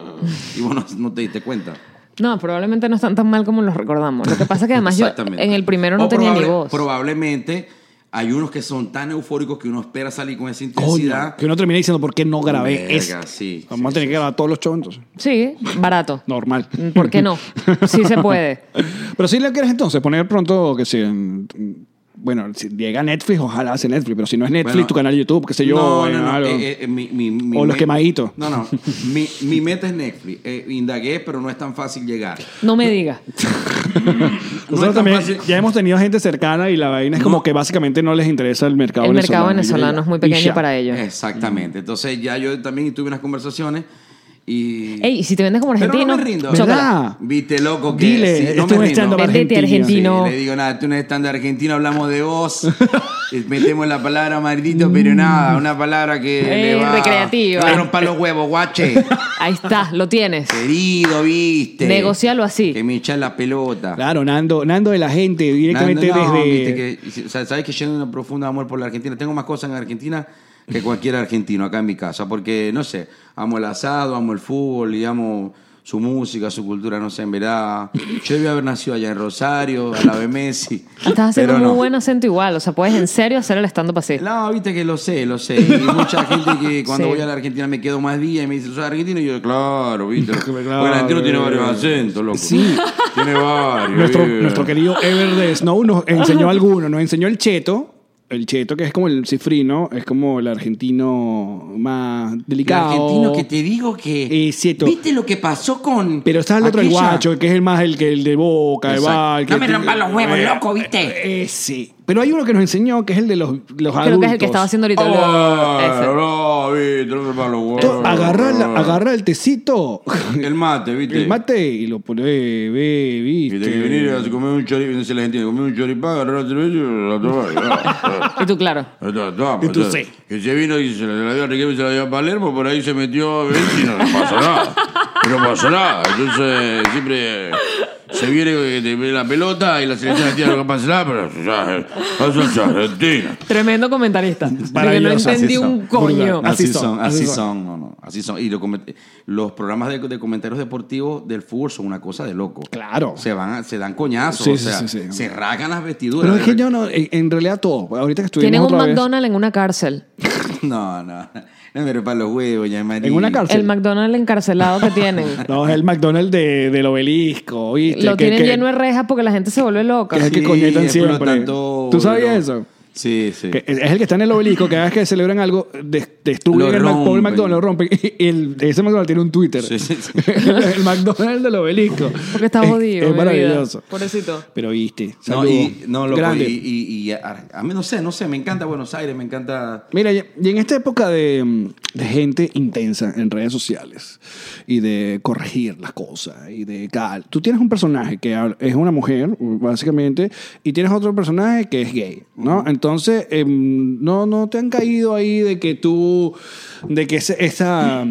*laughs* y vos no, no te diste cuenta. No, probablemente no están tan mal como los recordamos. Lo que pasa es que además yo Exactamente. en el primero no O tenía ni probable- voz. Probablemente hay unos que son tan eufóricos que uno espera salir con esa Coño, intensidad. que uno termina diciendo, ¿por qué no grabé Verga, esto? sí, Vamos a tener que grabar todos los shows entonces. Sí, barato. Normal. ¿Por qué no? Sí se puede. *laughs* Pero si le quieres entonces poner pronto que si en- bueno, si llega Netflix, ojalá hace Netflix, pero si no es Netflix, Bueno, tu canal de YouTube, qué sé yo, No, bueno, no, no. algo. eh, eh, mi- mi- mi O los me- quemaditos. *laughs* No, no. Mi, mi meta es Netflix. Eh, indagué, pero no es tan fácil llegar. No me *laughs* digas. No Nosotros es tan también fácil. ya hemos tenido gente cercana y la vaina es como que básicamente no les interesa el mercado El venezolano. mercado venezolano es muy Y ya. pequeño para ellos. Exactamente. Entonces ya yo también tuve unas conversaciones y... Ey, y si te vendes como pero argentino, no me rindo. chócala. ¿Verdad? Viste, loco, que... Dile, sí, esto es un stand-up Vendete, Sí, argentino. le digo, nada, tú no estás de argentino, hablamos de vos. *laughs* Eh, Metemos la palabra maldito, pero nada, una palabra que. Ey, le va- Mm. recreativa. le va a romper los huevos, *laughs* guache. Ahí está, lo tienes. Querido, viste. Negocialo así. Que me echas la pelota. Claro, Nando, Nando de la gente, directamente Nando, no, desde... viste que- o sea, sabes que yo tengo un profundo amor por la Argentina. Tengo más cosas en Argentina que cualquier argentino acá en mi casa, porque no sé, amo el asado, amo el fútbol y amo su música, su cultura, no sé, en verdad. Yo debía haber nacido allá en Rosario, a la de Messi. Estás haciendo pero un no. muy buen acento igual. O sea, puedes en serio hacer el stand-up así. No, viste que lo sé, lo *laughs* sé. Y mucha gente que cuando Sí. voy a la Argentina me quedo más días y me dice, ¿sos argentino? Y yo, claro, viste. Porque *laughs* el Claro, argentino tiene varios eh. acentos, loco. Sí. Tiene varios. Nuestro, eh. nuestro querido Ever de Snow nos enseñó Ah. alguno, nos enseñó el cheto. El cheto, que es como el cifrino, es como el argentino más El delicado. argentino que te digo que. Es cierto. ¿Viste lo que pasó con. Pero está el otro, el aquella? guacho, que es el más el que el de boca, el Exacto. bar, que- No me rompas los huevos, Eh, loco, ¿viste? eh, sí. Pero hay uno que nos enseñó que es el de los, los adultos. Oh. Creo que es el que estaba haciendo ahorita. eh, Ay, Ese. Ah, no, viste, no me rompas los Tú huevos. Agarra, Ah. la- agarra el tecito, El mate, viste. el mate y lo pone, ve, Y de que venir a viste. comer un choripán, dice la gente, comer un choripán, agarrar la cerveza y la *laughs* tomar. Y tú, claro. La to- toma, Y tú entonces, sí. Que se vino y se la, la dio a Riquelme y se la dio a Palermo, por ahí se metió a ver y no, no pasó nada. Y No pasó nada. Entonces siempre se viene eh, te viene la pelota y la selección argentina no pasa nada, pero ya, eso es Argentina. Tremendo comentarista. Porque no Maravilloso. entendí Así son. un *laughs* coño. Así son, así no, no, así son. Y lo coment- los programas de, de comentarios deportivos del fútbol son una cosa de loco. Claro. van, a- se dan coñazos, Sí, sí, sí, sí. rasgan las vestiduras. Pero es que yo no, en, en realidad todo. Ahorita que estuvimos Tienen un otra vez- McDonald's en una cárcel. *laughs* No, no, no me repa los huevos, ya María. En una cárcel. El McDonald's encarcelado que tienen. *laughs* No, es el McDonald's de, del obelisco, ¿viste? Lo Que- tienen que- lleno de rejas porque la gente se vuelve loca. Que- es el conectan explota siempre. todo, ¿Tú sabías ¿no? eso? Sí, sí. que es el que está en el obelisco, que cada vez que celebran algo, des- Lo destruyen el Mac- pobre rompen. McDonald's, lo rompen. Y el- ese McDonald's tiene un Twitter. Sí, sí, sí. *laughs* el McDonald's del obelisco. Porque está Es- jodido. Es, mi maravilloso. vida. Pobrecito. Pero viste, No, y, saludos. no, loco, Grande. y, y- y a, a mí no sé, no sé, me encanta Buenos Aires, me encanta... Mira, y y en esta época de, mm, de gente intensa en redes sociales y de corregir las cosas y de cal, tú tienes un personaje que hab- es una mujer, básicamente, y tienes otro personaje que es gay, ¿no? Entonces, em, no, no te han caído ahí de que tú, de que ese- esa,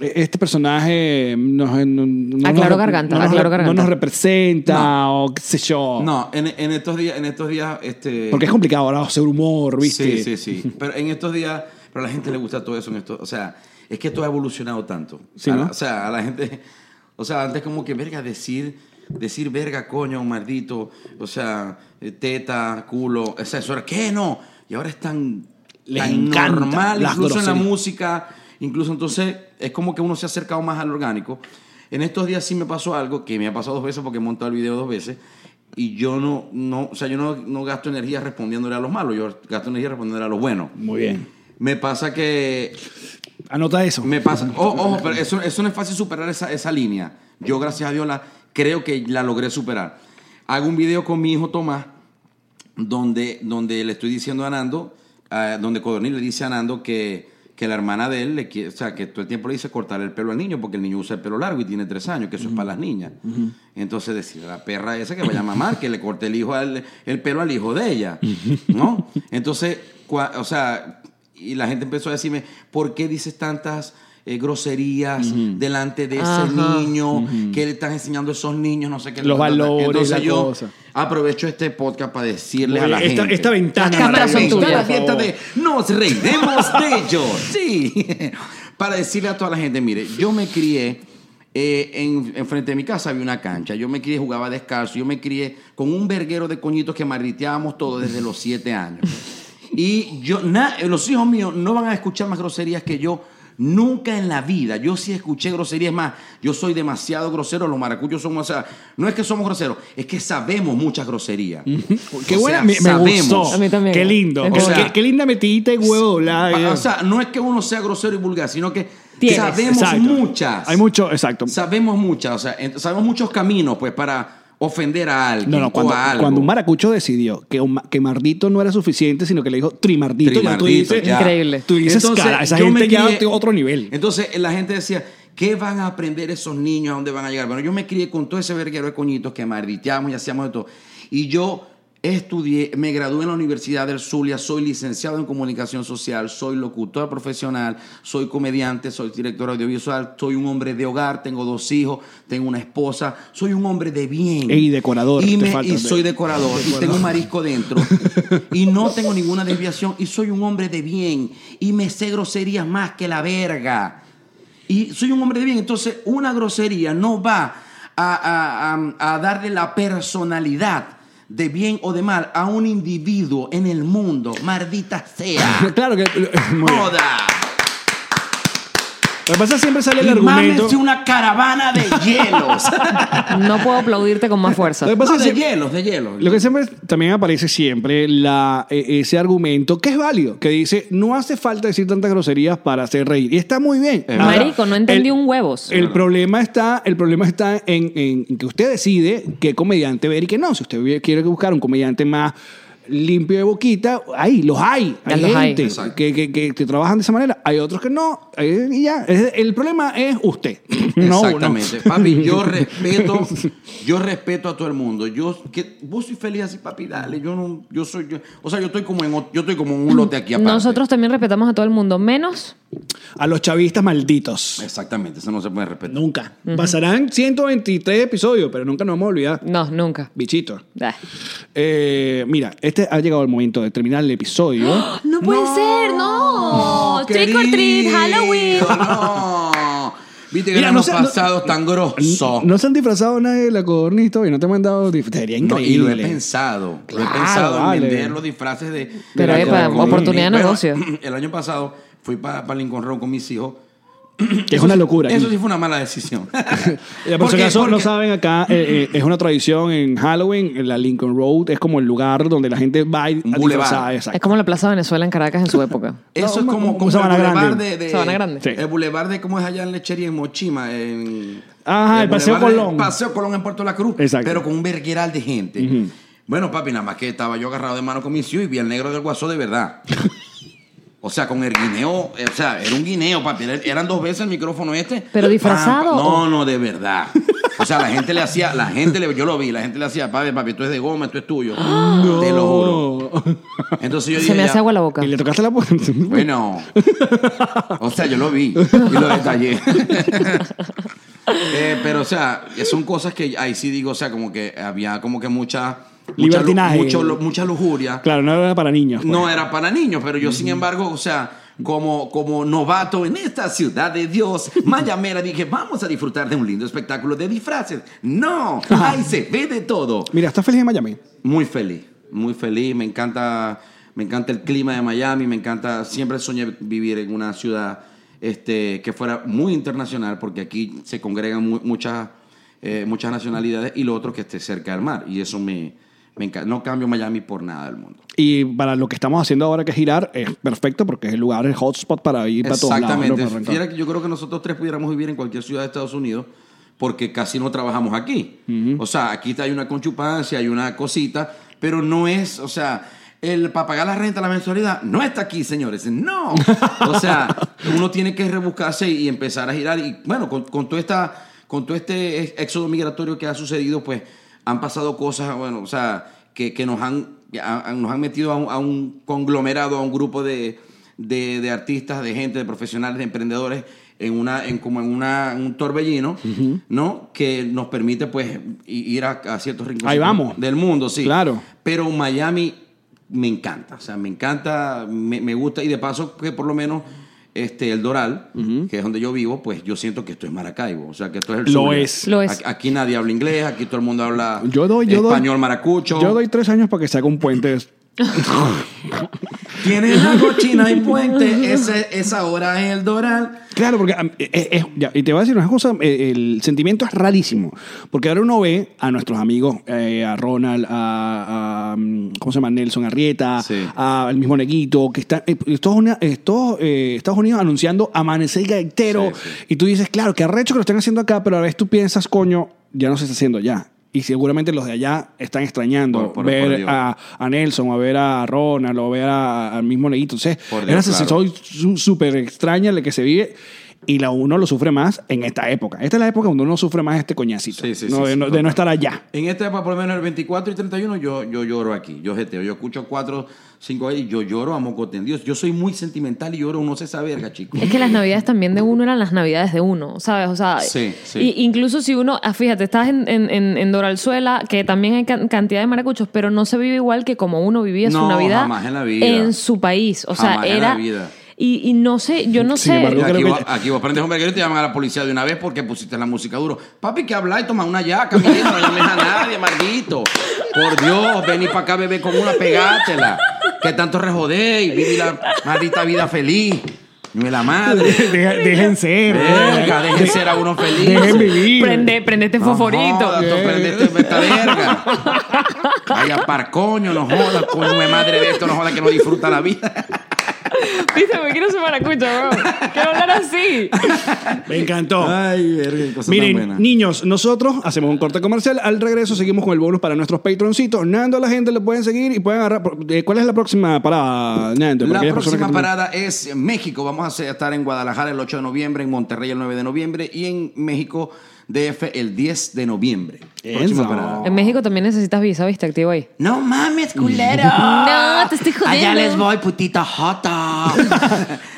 este personaje nos, eh, no, no nos Aclaro rep- garganta, no nos aclaro re- garganta. no nos representa o qué sé yo. No, en, en estos días, en estos días, este... Porque es complicado ahora hacer humor, ¿viste? Sí, sí, sí. Pero en estos días, pero a la gente le gusta todo eso. En esto, o sea, es que esto ha evolucionado tanto. Sí, A la- ¿no? O sea, a la gente. O sea, antes como que verga decir, decir verga, coño, maldito. O sea, eh, teta, culo. O sea, eso era, ¿qué no? Y ahora es tan, Les tan encanta normal, las incluso en la groserías. música. Incluso entonces, es como que uno se ha acercado más al orgánico. En estos días sí me pasó algo, que me ha pasado dos veces porque he montado el video dos veces. Y yo no, no, o sea, yo no, no gasto energía respondiéndole a los malos, yo gasto energía respondiéndole a los buenos. Muy bien. Me pasa que. Anota eso. Me pasa. o- ojo, pero eso, eso no es fácil superar esa, esa línea. Yo, gracias a Dios, la, creo que la logré superar. Hago un video con mi hijo Tomás, donde, donde le estoy diciendo a Nando, ah, donde Codorniz le dice a Nando que, que la hermana de él, le quiere, o sea, que todo el tiempo le dice cortar el pelo al niño, porque el niño usa el pelo largo y tiene tres años, que eso es para las niñas. Entonces decir a la perra esa que vaya a mamar, que le corte el, hijo al- el pelo al hijo de ella, ¿no? Entonces, cua- o sea, y la gente empezó a decirme, ¿por qué dices tantas eh, groserías delante de ese Ajá. niño? ¿Qué le estás enseñando a esos niños? No sé qué. Los ta, ta, ta. valores, Entonces la yo cosa. aprovecho este podcast para decirles a Oye, la esta, gente. esta ventana. Las cámaras son maravillosa, tuyas. por Está la fiesta favor. de nos reiremos de *laughs* ellos. Sí. *laughs* Para decirle a toda la gente, mire, yo me crié eh, en, enfrente de mi casa había una cancha. Yo me crié, jugaba descalzo. Yo me crié con un verguero de coñitos que marriteábamos todo desde los siete años. Y yo, na- los hijos míos no van a escuchar más groserías que yo. Nunca en la vida. Yo sí escuché groserías es más. Yo soy demasiado grosero. Los maracuchos somos, o sea, no es que somos groseros, es que sabemos muchas groserías. Qué O buena, sea, me, me sabemos. gustó. A mí también. Qué lindo. Es O que- sea, qué, qué linda metidita y huevo doblada. Pa- Dios. O sea, no es que uno sea grosero y vulgar, sino que Tienes. sabemos Exacto. muchas. Hay mucho, exacto. Sabemos muchas, o sea, ent- sabemos muchos caminos, pues, para ofender a alguien No, no, cuando, o a algo. cuando un maracucho decidió que, un ma- que Mardito no era suficiente, sino que le dijo trimardito, ya tú Trimardito, dices, ya. Increíble. tú dices, Entonces, cara, esa yo gente me ya crié- tiene otro nivel. Entonces, eh, la gente decía, ¿qué van a aprender esos niños? ¿A dónde van a llegar? Bueno, yo me crié con todo ese verguero de coñitos que marditeamos y hacíamos de todo. Y yo Estudié, me gradué en la Universidad del Zulia, soy licenciado en comunicación social, soy locutor profesional, soy comediante, soy director audiovisual, soy un hombre de hogar, tengo dos hijos, tengo una esposa, soy un hombre de bien. Y decorador, Y, te me- falta y de- soy decorador, y tengo un marisco dentro, y no tengo ninguna desviación, y soy un hombre de bien, y me sé groserías más que la verga. Y soy un hombre de bien, entonces una grosería no va a, a- a- a darle la personalidad de bien o de mal a un individuo en el mundo, maldita sea. *laughs* Claro que. *laughs* muy bien. ¡Joda! Lo que pasa es que siempre sale el Y argumento. mámense una caravana de *laughs* hielos. No puedo aplaudirte con más fuerza. Lo que pasa No, es de que hielos, de hielos. Lo que siempre también aparece siempre la, e- ese argumento que es válido, que dice no hace falta decir tantas groserías para hacer reír. Y está muy bien. Es Ahora, Marico, no entendí el- un huevos. El problema está, el problema está en, en que usted decide qué comediante ver y qué no. Si usted vie- quiere buscar un comediante más limpio de boquita, ahí los hay. Ya Hay los hay. gente Exacto. que, que- que- que trabajan de esa manera. Hay otros que no. eh, y ya. Es- El problema es usted. *clears throat* No, uno. Exactamente. *laughs* Papi, yo respeto, yo respeto a todo el mundo. Yo que vos soy feliz así, papi, dale. Yo no, yo soy yo. O sea, yo estoy como en ot- yo estoy como en un lote aquí aparte. Nosotros también respetamos a todo el mundo, menos A los chavistas malditos. Exactamente, eso no se puede respetar. Nunca. Pasarán 123 episodios, pero nunca nos vamos a olvidar. no, nunca. Bichito. Ah. Eh, mira, este ha llegado el momento de terminar el episodio. *gasps* No puede ser, Oh, no. Trick or treat, Halloween. No. Viste que Mira, no éramos sé, no- pasados tan grosos. No se han disfrazado nadie de la codornista y no te han mandado. dif- Sería No, y increíble. lo he pensado. lo Claro, he pensado vale. en vender los disfraces de. de Pero, la epa, Coca-Cola. oportunidad de Bueno, negocio. *clears throat* El año pasado fui para Lincoln Road con mis hijos. Que es una locura. Eso sí fue una *laughs* mala decisión. Eh, Por si Porque- acaso no porque- saben acá, eh, eh, es una tradición en Halloween, en la Lincoln Road es como el lugar donde la gente va y boulevard. disfrazada. exacto. Es como la Plaza Venezuela en Caracas en su época. Eso No, es como, un como Sabana el bulevar Grande. de, de- Sabana Grande. Sí. El bulevar de cómo es allá en Lechería, en Mochima. En, Ajá, el Paseo bulevar de- Colón. Paseo Colón en Puerto La Cruz. Exacto. Pero con un vergueral de gente. Bueno, papi, nada más que estaba yo agarrado de mano con mi tío y vi al negro del guaso *laughs* de verdad. O sea, con el guineo, eh, o sea, era un guineo, papi. Era- Eran dos veces el micrófono este. ¿Pero disfrazado Pam, pam. o- No, no, de verdad. O sea, la gente le hacía, la gente le, yo lo vi, la gente le hacía, papi, papi, esto es de goma, esto *gasps* es tuyo. Te lo juro. Entonces yo Se dije, me hace ya, agua la boca. Y le tocaste la puerta. *laughs* bueno, o sea, yo lo vi y *laughs* lo detallé. Eh, pero, o sea, son cosas que ahí sí digo, o sea, como que había como que mucha... mucha lu- Libertinaje. mucho lu- mucha lujuria. Claro, no era para niños. pues. No era para niños, pero yo, sin embargo, o sea, como, como novato en esta ciudad de Dios, Mayamera, dije, vamos a disfrutar de un lindo espectáculo de disfraces. No, ahí se ve de todo. Mira, ¿estás feliz en Miami? Muy feliz, muy feliz. Me encanta, me encanta el clima de Miami. Me encanta. Siempre soñé vivir en una ciudad este, que fuera muy internacional, porque aquí se congregan mu- muchas, eh, muchas nacionalidades y lo otro que esté cerca del mar. Y eso me, me encanta. No cambio Miami por nada del mundo. Y para lo que estamos haciendo ahora, que es girar, es perfecto porque es el lugar, el hotspot para ir para todos lados. ¿no? Exactamente. Para arrancar. Fiera que yo creo que nosotros tres pudiéramos vivir en cualquier ciudad de Estados Unidos porque casi no trabajamos aquí. O sea, aquí hay una conchupancia, hay una cosita, pero no es, o sea, el para pagar la renta, la mensualidad, no está aquí, señores. No. O *laughs* sea, uno tiene que rebuscarse y empezar a girar. Y bueno, con, con toda esta, con todo este ex- éxodo migratorio que ha sucedido, pues han pasado cosas, bueno, o sea, que, que nos, han, que a- a- nos han metido a un, a un conglomerado, a un grupo de, de, de artistas, de gente, de profesionales, de emprendedores, en una, en como en una, un torbellino, ¿no? Que nos permite, pues, i- ir a, a ciertos rincones Ahí vamos. del mundo, sí. Claro. Pero Miami me encanta, o sea, me encanta, me, me gusta, y de paso que por lo menos este, el Doral, que es donde yo vivo, pues yo siento que esto es Maracaibo, o sea, que esto es el Lo Zulia. es. Lo es. A- Aquí nadie habla inglés, aquí todo el mundo habla Yo doy, yo doy- español maracucho. Yo doy tres años para que se haga un puente. Tienes la cochina y puente, ese, esa hora es el Doral. Claro, porque am, eh, eh, eh, ya, y te voy a decir una cosa, eh, el sentimiento es rarísimo, porque ahora uno ve a nuestros amigos, eh, a Ronald, a, a, mm, ¿cómo se llama? Nelson Arrieta, Sí. a- al mismo Neguito, que están, eh, todos una- eh, todos, eh, Estados Unidos anunciando amanecer gaitero, Sí, sí. y tú dices, claro, que arrecho que lo están haciendo acá, pero a la vez tú piensas, coño, ya no se está haciendo allá. Y seguramente los de allá están extrañando Por- por- por ver Dios. a, a Nelson, a ver a Ronald, o ver a- al mismo Neguito. Entonces, Por era Dios, claro. soy su- súper extraña la que se vive. Y la uno lo sufre más en esta época. Esta es la época donde uno sufre más este coñacito. Sí, sí, ¿no? sí, de, sí, no, de total. no estar *laughs* allá. En esta época, por lo menos el 24 y 31, yo, yo lloro aquí. Yo jeteo. Yo escucho cuatro, cinco ahí. Yo lloro a moco tendido. Yo soy muy sentimental y lloro, no sé esa verga, chicos. Es que las navidades también de uno eran las navidades de uno, ¿sabes? O sea, Sí, sí. y- incluso si uno, ah, fíjate, estás en, en, en, en Doralzuela, que también hay can- cantidad de maracuchos, pero no se vive igual que como uno vivía su No, Navidad jamás en la vida. en su país. O sea, Jamás en era... la vida. Y, y no sé, yo no Sin sé... embargo, Yo creo aquí, que- vos, aquí vos prendes un verguero y te llaman a la policía de una vez porque pusiste la música duro. Papi, que habla y toma una yaca, mi hijo, no llames a nadie, maldito. Por Dios, vení para acá, bebé, con una, pegátela. Que tanto rejodéis, viví la maldita vida feliz. Me la madre. *laughs* Deja- dejen ser. Verga, dejen ser a uno feliz. Dejen vivir. Prende, prende este No foforito. jodas, tú *laughs* prendete esta verga. Vaya parcoño, no jodas, coño de madre de esto, no jodas que no disfruta la vida. Viste, me quiero ser maracucho, bro. Quiero hablar así. Me encantó. Ay, verga, qué cosa tan buena. Miren, niños, nosotros hacemos un corte comercial. Al regreso seguimos con el bonus para nuestros patroncitos. Nando, la gente lo pueden seguir y pueden agarrar. eh, ¿Cuál es la próxima parada, Nando? Para La aquellas personas que próxima también- parada es México. Vamos a hacer- estar en Guadalajara el 8 de noviembre, en Monterrey el 9 de noviembre y en México DF el 10 de noviembre. Próxima Eso. parada. En México también necesitas visa, ¿viste? Activo ahí. No mames, culero. No, te estoy jodiendo. Allá les voy, putita jota.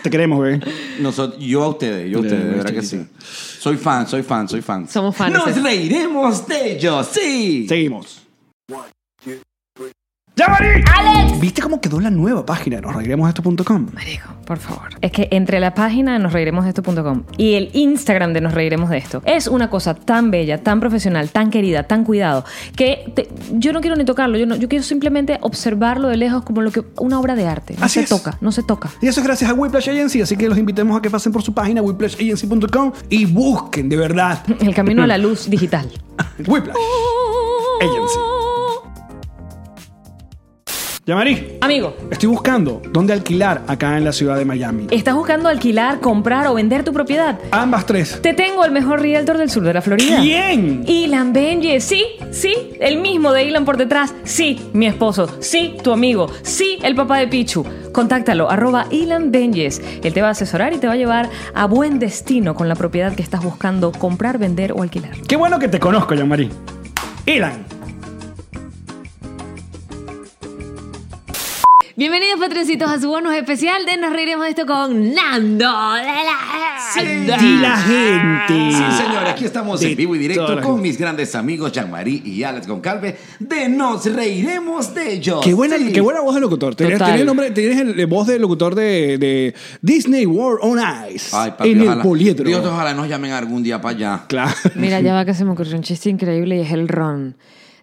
Te queremos, güey. Nosot- yo a ustedes, yo a ustedes, Eh, de verdad que sí. chiquita. Soy fan, soy fan, soy fan. Somos fans. Nos reiremos de ellos, sí. Seguimos. ¡Ya, Mari! ¿Viste cómo quedó la nueva página? Nos reiremos de esto.com. Marico, por favor. Es que entre la página de nosreiremosdeesto.com y el Instagram de Nos Reiremos de Esto, es una cosa tan bella, tan profesional, tan querida, tan cuidado, que te- yo no quiero ni tocarlo, yo, no, yo quiero simplemente observarlo de lejos como lo que una obra de arte. No Así se es. toca, no se toca. Y eso es gracias a Whiplash Agency, así que los invitemos a que pasen por su página whiplashagency.com y busquen de verdad *laughs* El camino a la luz digital. Whiplash Agency. Yamari, Amigo, estoy buscando dónde alquilar acá en la ciudad de Miami. ¿estás buscando alquilar, comprar o vender tu propiedad? Ambas tres. Te tengo el mejor realtor del sur de la Florida. ¿Quién? Ilan Benji, sí, sí, el mismo de Ilan por detrás, sí, mi esposo, sí, tu amigo, sí, el papá de Pichu. Contáctalo, arroba Ilan Benjes. Él te va a asesorar y te va a llevar a buen destino con la propiedad que estás buscando comprar, vender o alquilar. Qué bueno que te conozco, Yamari. Elan. Bienvenidos, patroncitos, a su bonus especial de Nos Reiremos de Esto con Nando de la... Y la gente. Sí, señor, aquí estamos De en vivo y toda directo la con gente. mis grandes amigos Jean-Marie y Alex Goncalve de Nos Reiremos de ellos. Qué buena, Oh, Sí. qué buena voz de locutor. Tienes, Total. tienes el nombre, tienes el, eh, voz de locutor de, de Disney World on Ice. Ay, papi, en el ojalá- poliedro. Dios, ojalá nos llamen algún día para allá. Claro. Mira, ya va que se me ocurrió un chiste increíble y es el ron.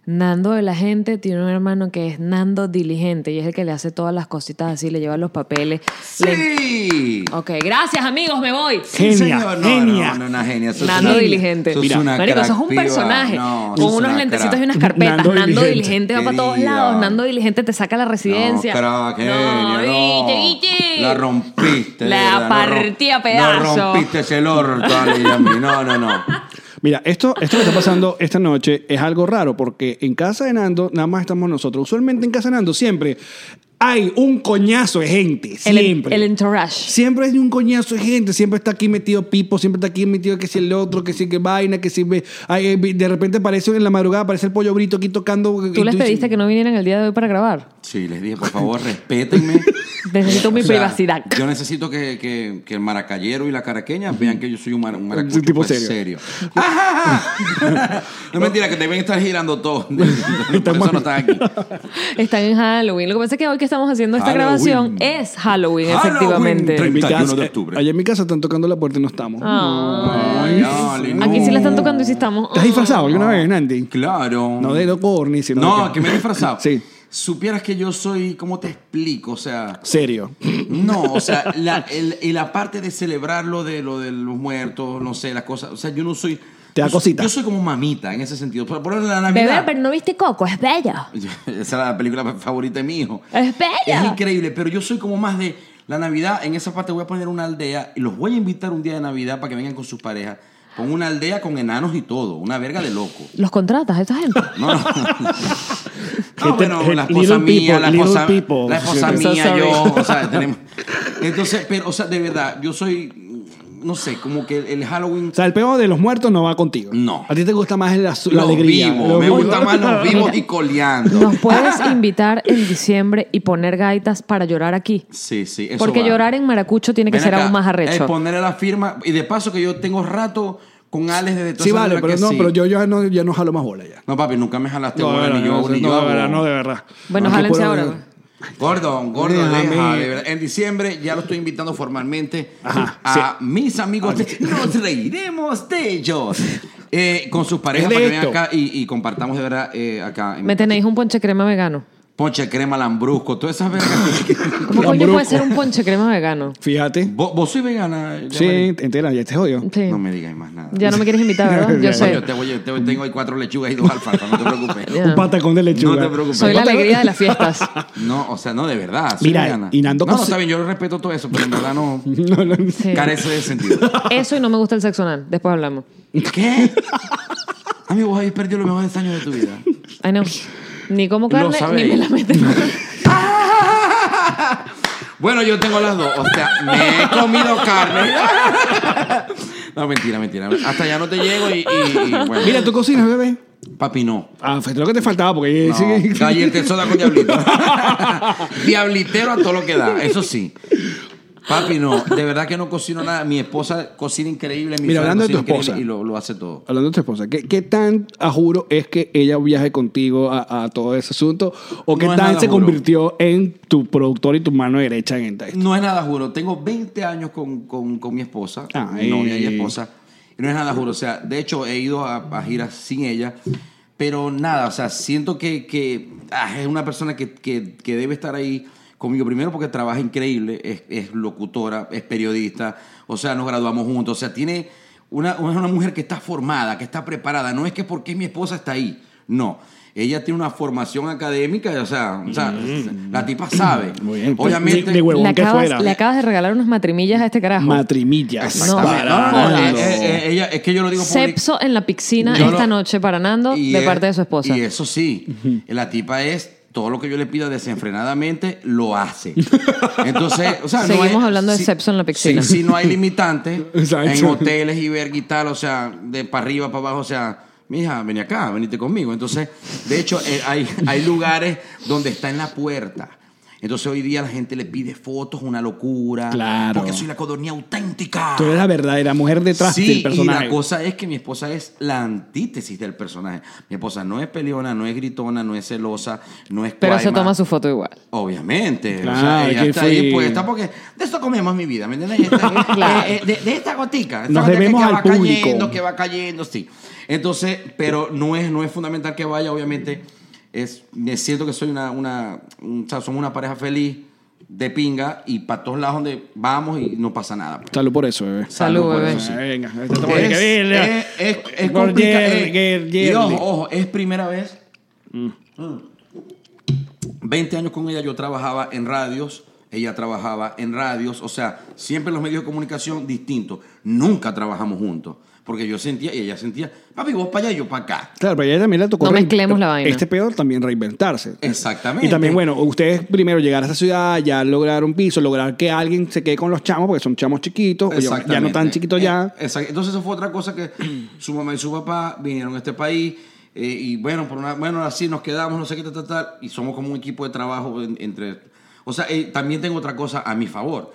Nando de la gente tiene un hermano que es Nando diligente y es el que le hace todas las cositas así, le lleva los papeles. le- Sí. Ok, gracias amigos, me voy. *laughs* Sí, Genia, señor. No, genia. No, no, una genia. Sos Nando una- diligente. sos Mira, una Marico, crack, eso es un piba. personaje. No, con sos unos una lentecitos crack. y unas carpetas. Nando Nando, diligente, Diligente, va para todos querida. lados. Nando diligente te saca la residencia. No, crack, genio, no. biche, biche. La rompiste. de La verdad, no partí a rom- pedazos. No rompiste ese orto, Ale, y a mí. No, no, no. Mira, esto, esto que está pasando esta noche es algo raro porque en casa de Nando nada más estamos nosotros. Usualmente en casa de Nando siempre hay un coñazo de gente. El, Siempre. el entourage. Siempre hay un coñazo de gente, siempre está aquí metido Pipo, siempre está aquí metido que si el otro, que si que vaina, que si ve- ay, eh, de repente aparece en la madrugada, aparece el pollo brito aquí tocando. y Tú les dices, pediste que no vinieran el día de hoy para *laughs* grabar. Sí, les dije, por favor, respétenme. Necesito mi O sea, privacidad. Yo necesito que, que- que el maracayero y la caraqueña vean que yo soy un, mar, un maracucho, Un tipo pues, serio. Ajá, ajá. no mentira, que deben estar *laughs* girando todo. Por eso no están aquí. Están en Halloween. Lo que pasa es que hoy que estamos haciendo esta grabación Halloween. es Halloween, Halloween. En efectivamente. mi 31 casa- de octubre. Allá en mi casa están tocando la puerta y no estamos. Mm. Ay, Ale, no. Aquí sí la están tocando y sí Ah, estamos. oh. ¿Te has disfrazado alguna vez, Nandi? Claro. No de loco corny, sino. de No, que me he disfrazado. Sí. Supieras que yo soy, ¿cómo te explico? O sea, Serio. no, o sea, la, el- y la parte de celebrar lo de, lo de los muertos, no sé, las cosas. O sea, yo no soy. Te da yo soy- cosita. Yo soy como mamita en ese sentido. Por por ejemplo, la Navidad. Bebé, pero no viste Coco, es bello. *laughs* Esa era la película favorita de mi hijo. Es bella. Es increíble, pero yo soy como más de la Navidad. En esa parte voy a poner una aldea y los voy a invitar un día de Navidad para que vengan con sus parejas. Con una aldea con enanos y todo. Una verga de loco. Los contratas, esta gente. No, *laughs* no. Gente- no Ah, bueno, la gente- esposa little mía, la people, esposa, little people. la esposa I'm so mía, sorry. yo. O sea, tenemos. Entonces, pero, o sea, de verdad, yo soy. no sé, como que el, el Halloween... O sea, el peo de los muertos no va contigo. No. A ti te gusta más la, la los alegría. vivos, Los me vivos. gusta más los vivos y coleando. *laughs* Nos puedes invitar en diciembre y poner gaitas para llorar aquí. Sí, sí, eso Porque va. llorar en Maracucho tiene que Ven ser acá, aún más eh, arrecho. ponerle la firma. Y de paso que yo tengo rato con Alex desde *laughs* toda Sí, esa vale, manera pero que no, sí. pero yo ya no, ya no jalo más bola ya. No, papi, nunca me jalaste No, de bola, verdad, ni yo, no, ni no, yo. de verdad, no, huevón. de verdad. Bueno, No, jálense tipo, ahora. de- Gordo, gordo, Déjame. deja, de verdad. En diciembre ya lo estoy invitando formalmente Ajá, a mis amigos. de- Nos reiremos de ellos. Eh, con sus parejas Es de para que vengan esto. acá y, y compartamos de verdad eh, acá. Me tenéis un ponche crema vegano. Ponche crema, lambrusco, todas esas vergas. *laughs* que- *laughs* ¿Cómo coño Lambruco. puede ser un ponche crema vegano? Fíjate. ¿Vos, vos sois vegana? Sí, Yamari? entera, ya te odio. Sí. No me digáis más nada. Ya no me quieres invitar, *laughs* ¿verdad? Yo Coño, Coño, sé. te voy- te- tengo ahí cuatro lechugas y dos alfalfas, no te preocupes. *laughs* Ya. Un patacón de lechuga. No te preocupes. Soy la alegría de las fiestas. No, o sea, no, de verdad. Mira, Mira, y Nando No, no, Cose- está bien, yo respeto todo eso, pero en verdad no. *laughs* No, no, no. Sí. Carece de sentido. Eso y no me gusta el sexo anal. Después hablamos. ¿Qué? Amigo, vos habéis perdido los mejores años de tu vida. Ay, no. Ni como Lo carne, ni sabéis. me la meten. Bueno, yo tengo las dos. O sea, me he comido carne. No, mentira, mentira. Hasta allá no te llego y, y- y, bueno. Mira, tú cocinas, bebé. Papi, no. Ah, fue lo que te faltaba, porque No, sigue- Caliente soda *laughs* con diablito. Diablitero a todo lo que da, eso sí. Papi, no, de verdad que no cocino nada. Mi esposa cocina increíble. Mi Mira, suegra hablando de cocina tu increíble esposa. Y lo, lo hace todo. Hablando de tu esposa, ¿qué, qué tan a juro es que ella viaje contigo a, a todo ese asunto? ¿O No qué es tan nada se juro. convirtió en tu productor y tu mano derecha en esto? No es nada, juro. Tengo 20 años con, con- con mi esposa, Ay. mi novia y esposa. Y no es nada, juro. O sea, de hecho, he ido a, a giras sin ella. Pero nada, o sea, siento que, que, ah, es una persona que, que- que debe estar ahí conmigo. Primero porque trabaja increíble, es, es locutora, es periodista. O sea, nos graduamos juntos. O sea, tiene una, es una mujer que está formada, que está preparada. No es que porque mi esposa está ahí. No. Ella tiene una formación académica, o sea, o sea, la tipa sabe. Mm. Muy bien. Obviamente. De- de huevón Le que fuera. acabas, le acabas de regalar unas matrimillas a este carajo. Matrimillas. No, Para No, nada. eh, eh, eh, ella, es que yo lo digo público. Sepso en la piscina Yo esta lo- noche para Nando Y de es- parte de su esposa. Y eso sí, la tipa es todo lo que yo le pida desenfrenadamente, lo hace. Entonces, o sea, no Seguimos hay- hablando de sexo en la piscina. Si, si no hay limitantes *laughs* Exacto. en hoteles y verga y tal, o sea, de para arriba, para abajo, o sea, mija, vení acá, venite conmigo. Entonces, de hecho, eh, hay, hay lugares donde está en la puerta. Entonces hoy día la gente le pide fotos, una locura. Claro. Porque soy la codornía auténtica Tú eres la verdadera mujer detrás sí, del personaje. Y la cosa es que mi esposa es la antítesis del personaje. Mi esposa no es peleona, no es gritona, no es celosa, no es pero se cuaima. toma su foto igual. Obviamente. o Claro, sea, ella que está fui- ahí dispuesta porque de eso comemos mi vida, ¿me *laughs* entiendes? Esta- Claro. eh, eh, de, de esta gotica. esta Nos gotica debemos que al va público. cayendo, que va cayendo, sí. Entonces, pero no es, no es fundamental que vaya, obviamente. Es, me siento que soy una, una, un- o sea, somos una pareja feliz de pinga y para todos lados donde vamos y no pasa nada. pues. Salud por eso, bebé. Salud, por bebé. eso, sí. Ah, Venga, Es, eh, es, es, es complicado. eh, y ojo, ojo, es primera vez. Mm. 20 años con ella, yo trabajaba en radios, ella trabajaba en radios, o sea, siempre los medios de comunicación distintos. Nunca trabajamos juntos, porque yo sentía y ella sentía, papi, vos para allá y yo para acá. Claro, pero ella también le tocó. No rein- mezclemos la vaina. Este peor también reinventarse. Exactamente. Y también, bueno, ustedes primero llegar a esa ciudad, ya lograr un piso, lograr que alguien se quede con los chamos, porque son chamos chiquitos, o ya, ya no tan chiquitos ya. Eh, exact- Entonces eso fue otra cosa que *clears throat* su mamá y su papá vinieron a este país eh, y bueno, por una- bueno, así nos quedamos, no sé qué tal, tal, tal, y somos como un equipo de trabajo en- entre... O sea, eh, también tengo otra cosa a mi favor.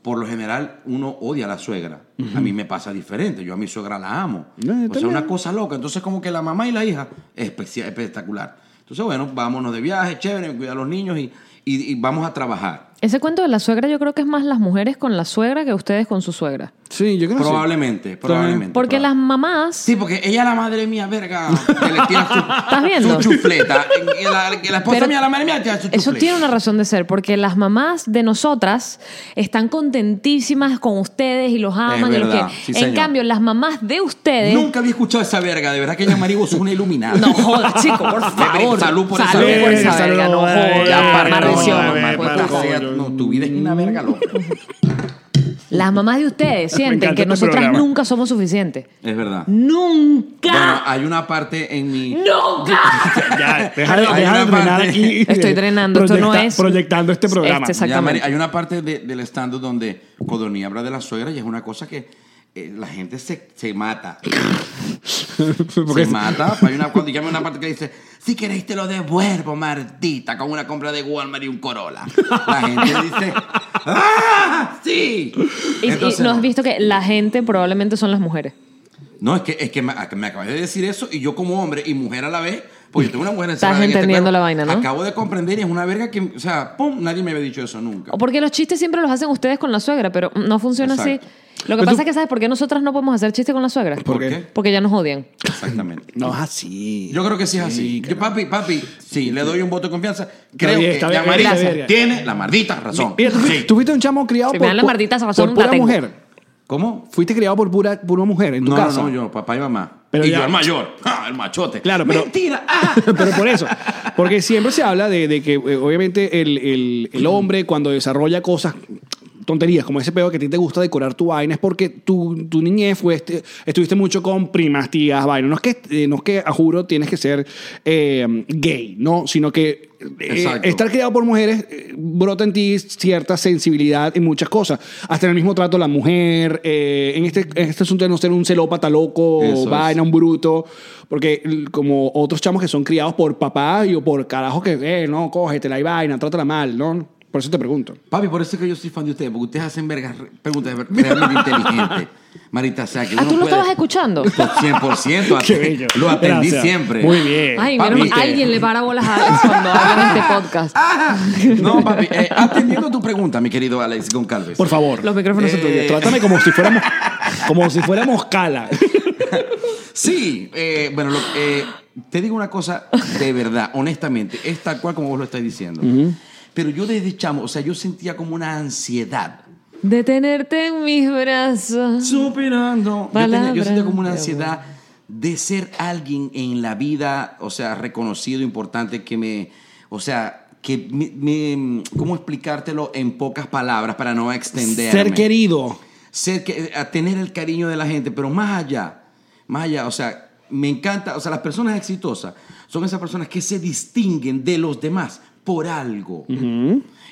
Por lo general, uno odia a la suegra. A mí me pasa diferente. Yo a mi suegra la amo. Eh, o sea, también. una cosa loca. Entonces, como que la mamá y la hija, especia- espectacular. Entonces, bueno, vámonos de viaje, chévere, cuidar a los niños y- y- y vamos a trabajar. Ese cuento de la suegra yo creo que es más las mujeres con la suegra que ustedes con su suegra. Sí, yo creo que sí. *laughs* Probablemente, probablemente. Porque probable. las mamás... Sí, porque ella la madre mía, verga, que le tira *laughs* su, ¿Estás viendo? su chufleta. Y La, que la esposa Pero mía, la madre mía, le tira su chufleta. Eso tiene una razón de ser, porque las mamás de nosotras están contentísimas con ustedes y los aman. y los verdad, quieren. sí, en señor. cambio, las mamás de ustedes... Nunca había escuchado esa verga, de verdad que ella Marigo es una iluminada. ¿eh? *laughs* No jodas, chico, *laughs* por favor. Salud por esa Salud verga. por esa Salud, verga, no eh, ya, jodas. Ya, perdón, maldición, a ver, mamá, pues, perdón, perdón. hueputa. sea, No, tu vida es una verga loca. Las mamás *laughs* de ustedes sienten encanta que este nosotras programa. nunca somos suficientes. Es verdad. Bueno, ¡Nunca! hay una parte en mi. ¡Nunca! Ya, deja de, Hay deja de una drenar parte- aquí. *laughs* Estoy drenando, esto no es- Proyectando este programa. Este es- Exactamente. Ya, Mari, hay una parte de- del stand donde Codoni habla de la suegra y es una cosa que eh, la gente se, se mata. *laughs* Porque este- se es- mata. Hay una, cuando llama una parte que dice, si queréis te lo devuelvo, Martita, con una compra de Walmart y un Corolla. La gente dice, ¡ah, sí! Y, y Entonces, no has visto que la gente probablemente son las mujeres. No, es que, es que me, me acabas de decir eso y yo como hombre y mujer a la vez, pues yo tengo una mujer Estás encerrada en este entendiendo cuerpo, la vaina, ¿no? Acabo de comprender y es una verga que, o sea, pum, nadie me había dicho eso nunca. O porque los chistes siempre los hacen ustedes con la suegra, pero no funciona Exacto. así. Lo Pero que pasa Pues tú- es que ¿sabes por qué nosotras no podemos hacer chistes con la suegra? ¿Por qué? Porque ya nos odian. Exactamente. No ah, es así. Yo creo que sí es así. Yo, papi, papi, sí, le doy un voto de confianza. Creo bien, que está ya bien, Marisa está bien. tiene la maldita razón. Mira, tú, fuiste- Sí. tú fuiste un chamo criado Si me por, dan la por- maldita por razón, la pura tengo. mujer. ¿Cómo? Fuiste criado por pura, pura mujer en tu No, no, casa. no, yo, papá y mamá. Pero y ya- yo el mayor, ¡Ja! el machote. Claro, pero- Mentira. ¡Ah! *laughs* Pero por eso, porque siempre se habla de, de que eh, obviamente el, el- el hombre cuando desarrolla cosas, tonterías, como ese pedo que a ti te gusta decorar tu vaina, es porque tu, tu niñez fuiste, estuviste mucho con primas, tías, vaina. No es que, eh, no es que a juro tienes que ser eh, gay, ¿no? Sino que eh, Exacto. estar criado por mujeres eh, brota en ti cierta sensibilidad en muchas cosas. Hasta en el mismo trato a la mujer, eh, en, este, en este asunto de no ser un celópata loco, Eso es. vaina, un bruto. Porque l- como otros chamos que son criados por papá y o por carajos que, eh, no, cógetela y vaina, trátala mal, ¿no? Por eso te pregunto. Papi, por eso es que yo soy fan de ustedes, porque ustedes hacen vergas, re- preguntas ver- *laughs* realmente inteligentes. Marita, o sea, que Ah, uno tú lo puede- estabas escuchando. Por 100%. *laughs* Qué bello. Lo atendí Gracias. siempre. Muy *laughs* bien. Ay, papi, menos- ¿qué? alguien le para bolas a Alex cuando habla en este *laughs* podcast. Ah, no, papi, eh, atendiendo tu pregunta, mi querido Alex Goncalves. Por favor. Los micrófonos son Eh, tuyos. Trátame como si fuéramos, como si fuéramos *laughs* cala. Sí, eh, bueno, lo- eh, te digo una cosa de verdad, honestamente, es tal cual como vos lo estás diciendo. Pero yo desde chamo, o sea, yo sentía como una ansiedad. De tenerte en mis brazos. Superando. Yo, tenía- yo Palabra sentía como una de ansiedad de ser alguien en la vida, o sea, reconocido, importante, que me, o sea, que me, me- ¿cómo explicártelo en pocas palabras para no extenderme? Ser querido. ser que, a tener el cariño de la gente, pero más allá, más allá, o sea, me encanta, o sea, las personas exitosas son esas personas que se distinguen de los demás por algo.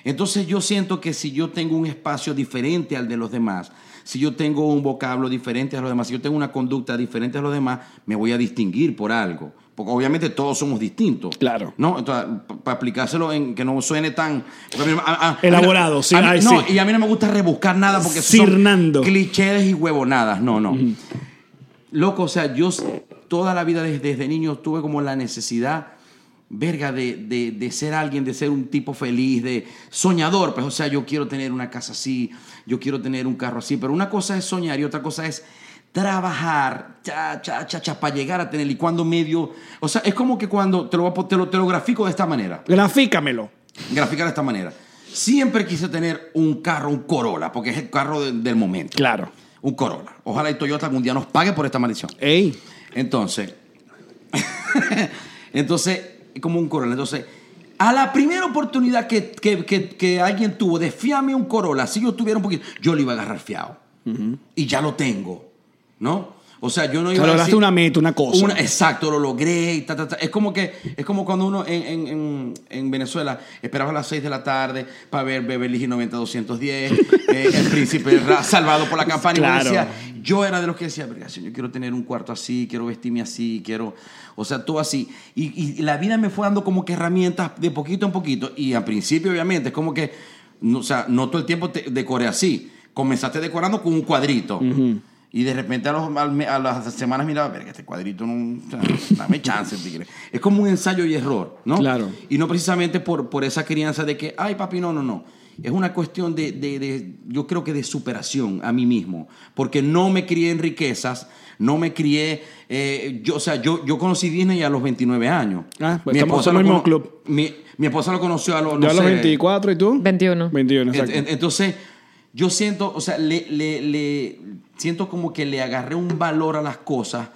Entonces yo siento que si yo tengo un espacio diferente al de los demás, si yo tengo un vocablo diferente a los demás, si yo tengo una conducta diferente a los demás, me voy a distinguir por algo. Porque obviamente todos somos distintos. Claro. ¿No? Entonces, para aplicárselo en que no suene tan... porque a mí- a- a- Elaborado, sí, a mí- ay, no, sí. y a mí no me gusta rebuscar nada porque Cirnando. son clichés y huevonadas. No, no. Loco, o sea, yo s- toda la vida desde, desde niño tuve como la necesidad, verga, de, de- de ser alguien, de ser un tipo feliz, de soñador. Pues, o sea, yo quiero tener una casa así, yo quiero tener un carro así. Pero una cosa es soñar y otra cosa es trabajar, cha, cha, cha, cha, para llegar a tener. Y cuando medio... O sea, es como que cuando... Te lo, voy a po- te lo, te lo grafico de esta manera Grafícamelo. graficar de esta manera. Siempre quise tener un carro, un Corolla, porque es el carro de- del momento. Claro. Un Corolla. Ojalá y Toyota algún día nos pague por esta maldición. Ey. Entonces, *laughs* entonces, como un Corolla. Entonces, a la primera oportunidad que, que- que- que alguien tuvo de fiame un Corolla, si yo tuviera un poquito, yo lo iba a agarrar fiado. Y ya lo tengo, ¿no? O sea, yo no O iba sea, a lograste decir- una meta, una cosa. una- eh, exacto, lo logré y ta, ta, ta. Es como que, es como cuando uno en, en- en- en Venezuela esperaba a las 6 de la tarde para ver Beverly Hills 90210, *laughs* eh, El Príncipe Ra- Salvado por la Campana. Claro. Y uno decía, yo era de los que decía, "Verga, señor, yo quiero tener un cuarto así, quiero vestirme así, quiero, o sea, todo así. Y, y la vida me fue dando como que herramientas de poquito en poquito. Y al principio, obviamente, es como que, no, o sea, no todo el tiempo te decoré así. Comenzaste decorando con un cuadrito. Y de repente a, los- al me- a las semanas miraba, verga, este cuadrito no. o sea, dame chance, tigre". Es como un ensayo y error, ¿no? Claro. Y no precisamente por, por esa crianza de que, ay, papi, no, no, no. Es una cuestión de, de- de- yo creo que de superación a mí mismo. Porque no me crié en riquezas, no me crié. eh, yo, o sea, yo, yo conocí Disney a los 29 años. Ah, pues estamos- somos el lo mismo cono- club. Mi, mi esposa lo conoció a los, no Yo a los sé, 24 y tú. 21. 21, exacto. en- en- Entonces, yo siento, o sea, le, le- le- siento como que le agarré un valor a las cosas.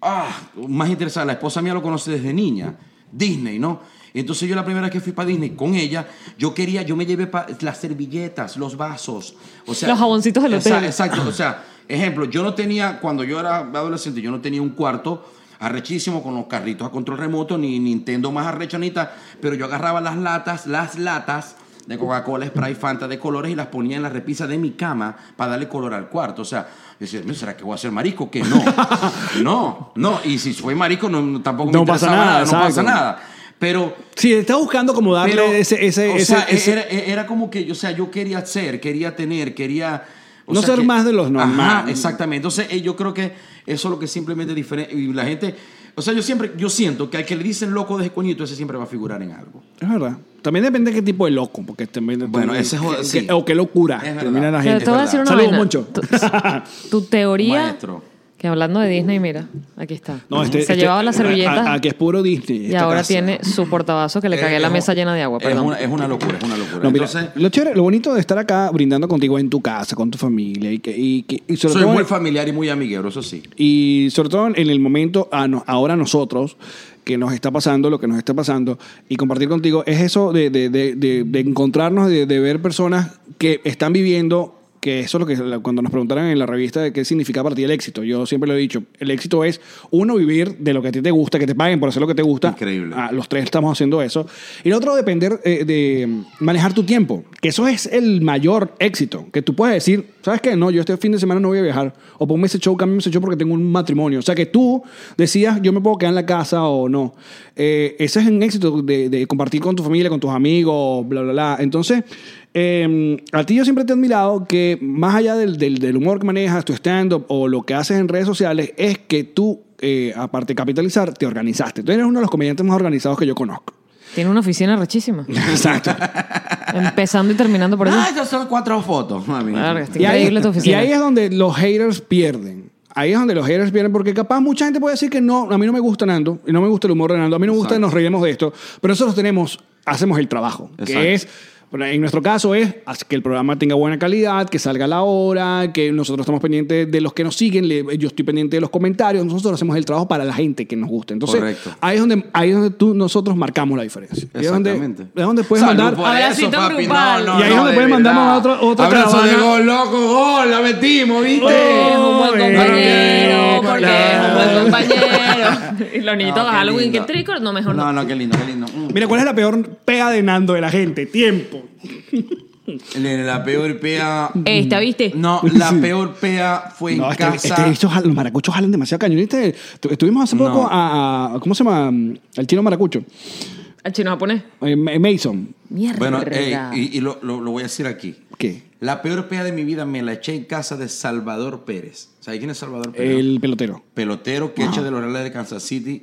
Ah, más interesante, la esposa mía lo conoce desde niña. Disney, ¿no? Entonces yo la primera vez que fui para Disney con ella, yo quería, yo me llevé pa- las servilletas, los vasos, o sea, Los jaboncitos del exa- hotel. Exacto, o sea, ejemplo, yo no tenía, cuando yo era adolescente, yo no tenía un cuarto arrechísimo con los carritos a control remoto, ni Nintendo más arrecho ni tal, pero yo agarraba las latas, las latas de Coca-Cola, Sprite, Fanta de colores y las ponía en la repisa de mi cama para darle color al cuarto. O sea, decía, "Mira, ¿será que voy a ser marico? Que *laughs* no. no, no. Y si soy marico, no- no, tampoco me No pasa interesaba nada, nada, no pasa exacto. nada. Pero Sí, está buscando como darle pero, ese, ese, o ese- sea, e- ese- Era, era como que, o sea, yo quería ser, quería tener, quería... o No sea ser que- más de los normal. Ajá, exactamente. Entonces, eh, yo creo que eso es lo que simplemente diferente. Y la gente... O sea, yo siempre... Yo siento que al que le dicen loco de coñito, ese siempre va a figurar en algo. Es verdad. También depende de qué tipo de loco, porque este también Bueno, ese es- que- sí. que- o qué locura Es verdad. termina la Pero gente. Pero te voy a es decir una Saludos, vaina. Moncho. Tu, tu teoría. Maestro. Que hablando de Disney, mira, aquí está. *laughs* No, este- Se este- llevaba las servilletas a- a- Aquí es puro Disney. este y esta ahora casa. Eh, tiene su portavasos que le cagué Es- la es mesa un- llena de agua, Es perdón. una, es una locura, es una locura. No, mira, Entonces, lo, chévere, lo bonito de estar acá brindando contigo en tu casa, con tu familia. Y, que- y, que- y sobre soy todo- muy familiar y muy amiguero, eso sí. Y sobre todo en el momento, a no- ahora nosotros, que nos está pasando lo que nos está pasando, y compartir contigo, es eso de, de- de- de- de encontrarnos, de, de ver personas que están viviendo, que eso es lo que la- cuando nos preguntaron en la revista de qué significa para ti el éxito, yo siempre lo he dicho, el éxito es uno vivir de lo que a ti te gusta, que te paguen por hacer lo que te gusta. Increíble. Ah, los tres estamos haciendo eso. Y lo otro, depender eh, de manejar tu tiempo, que eso es el mayor éxito, que tú puedes decir, ¿sabes qué? No, yo este fin de semana no voy a viajar, o ponme ese show, cámbiame ese show porque tengo un matrimonio. O sea, que tú decías, yo me puedo quedar en la casa o no. Eh, ese es un éxito de, de compartir con tu familia, con tus amigos, bla, bla, bla. Entonces, eh, a ti yo siempre te he admirado que más allá del, del- del humor que manejas, tu stand-up o lo que haces en redes sociales, es que tú eh, aparte de capitalizar, te organizaste. Tú eres uno de los comediantes más organizados que yo conozco. *laughs* Tiene una oficina rechísima. Exacto. Empezando y terminando por eso. Ah, esas son cuatro fotos, mami. Verga, está y, ahí, increíble tu y oficina. ahí es donde los haters pierden. Ahí es donde los haters pierden, porque capaz mucha gente puede decir que no, a mí no me gusta Nando, y no me gusta el humor de Nando, a mí no me gusta, Exacto. nos reiremos de esto, pero nosotros tenemos, hacemos el trabajo, Exacto. que es, en nuestro caso es hacer que el programa tenga buena calidad, que salga a la hora, que nosotros estamos pendientes de los que nos siguen, le- yo estoy pendiente de los comentarios, nosotros hacemos el trabajo para la gente que nos gusta. Entonces, Correcto. ahí es donde, ahí es donde tú, nosotros marcamos la diferencia. Y es donde- Exactamente. Es donde puedes Salud mandar... por eso, Abracito papi. grupal. Y ahí es donde de pueden mandarnos verdad. a otro- otra Abrazo de caravana. gol, loco, gol, la metimos, ¿viste? Es un buen Eh, compañero, porque es un buen claro. compañero. *laughs* Y lo bonito No, de qué Halloween, lindo. que trico, no, mejor no. No, no, qué lindo, qué lindo. Mm. ah, Mira, ¿cuál es la peor pega de Nando de la gente? Tiempo. Le- La peor pea. Esta, ¿viste? No, la peor pea fue en No, este, casa. este bicho jala- los maracuchos jalan demasiado cañón. ¿Viste? Tu- Estuvimos hace poco No. a, a- ¿Cómo se llama? El chino maracucho. Al chino japonés. Eh, Ma- Mason. Mierda. Bueno, ey, y, y lo, lo- lo voy a decir aquí. ¿Qué? La peor pea de mi vida me la eché en casa de Salvador Pérez. ¿Sabes quién es Salvador Pérez? El pelotero. pelotero que echa de los Reales de Kansas City.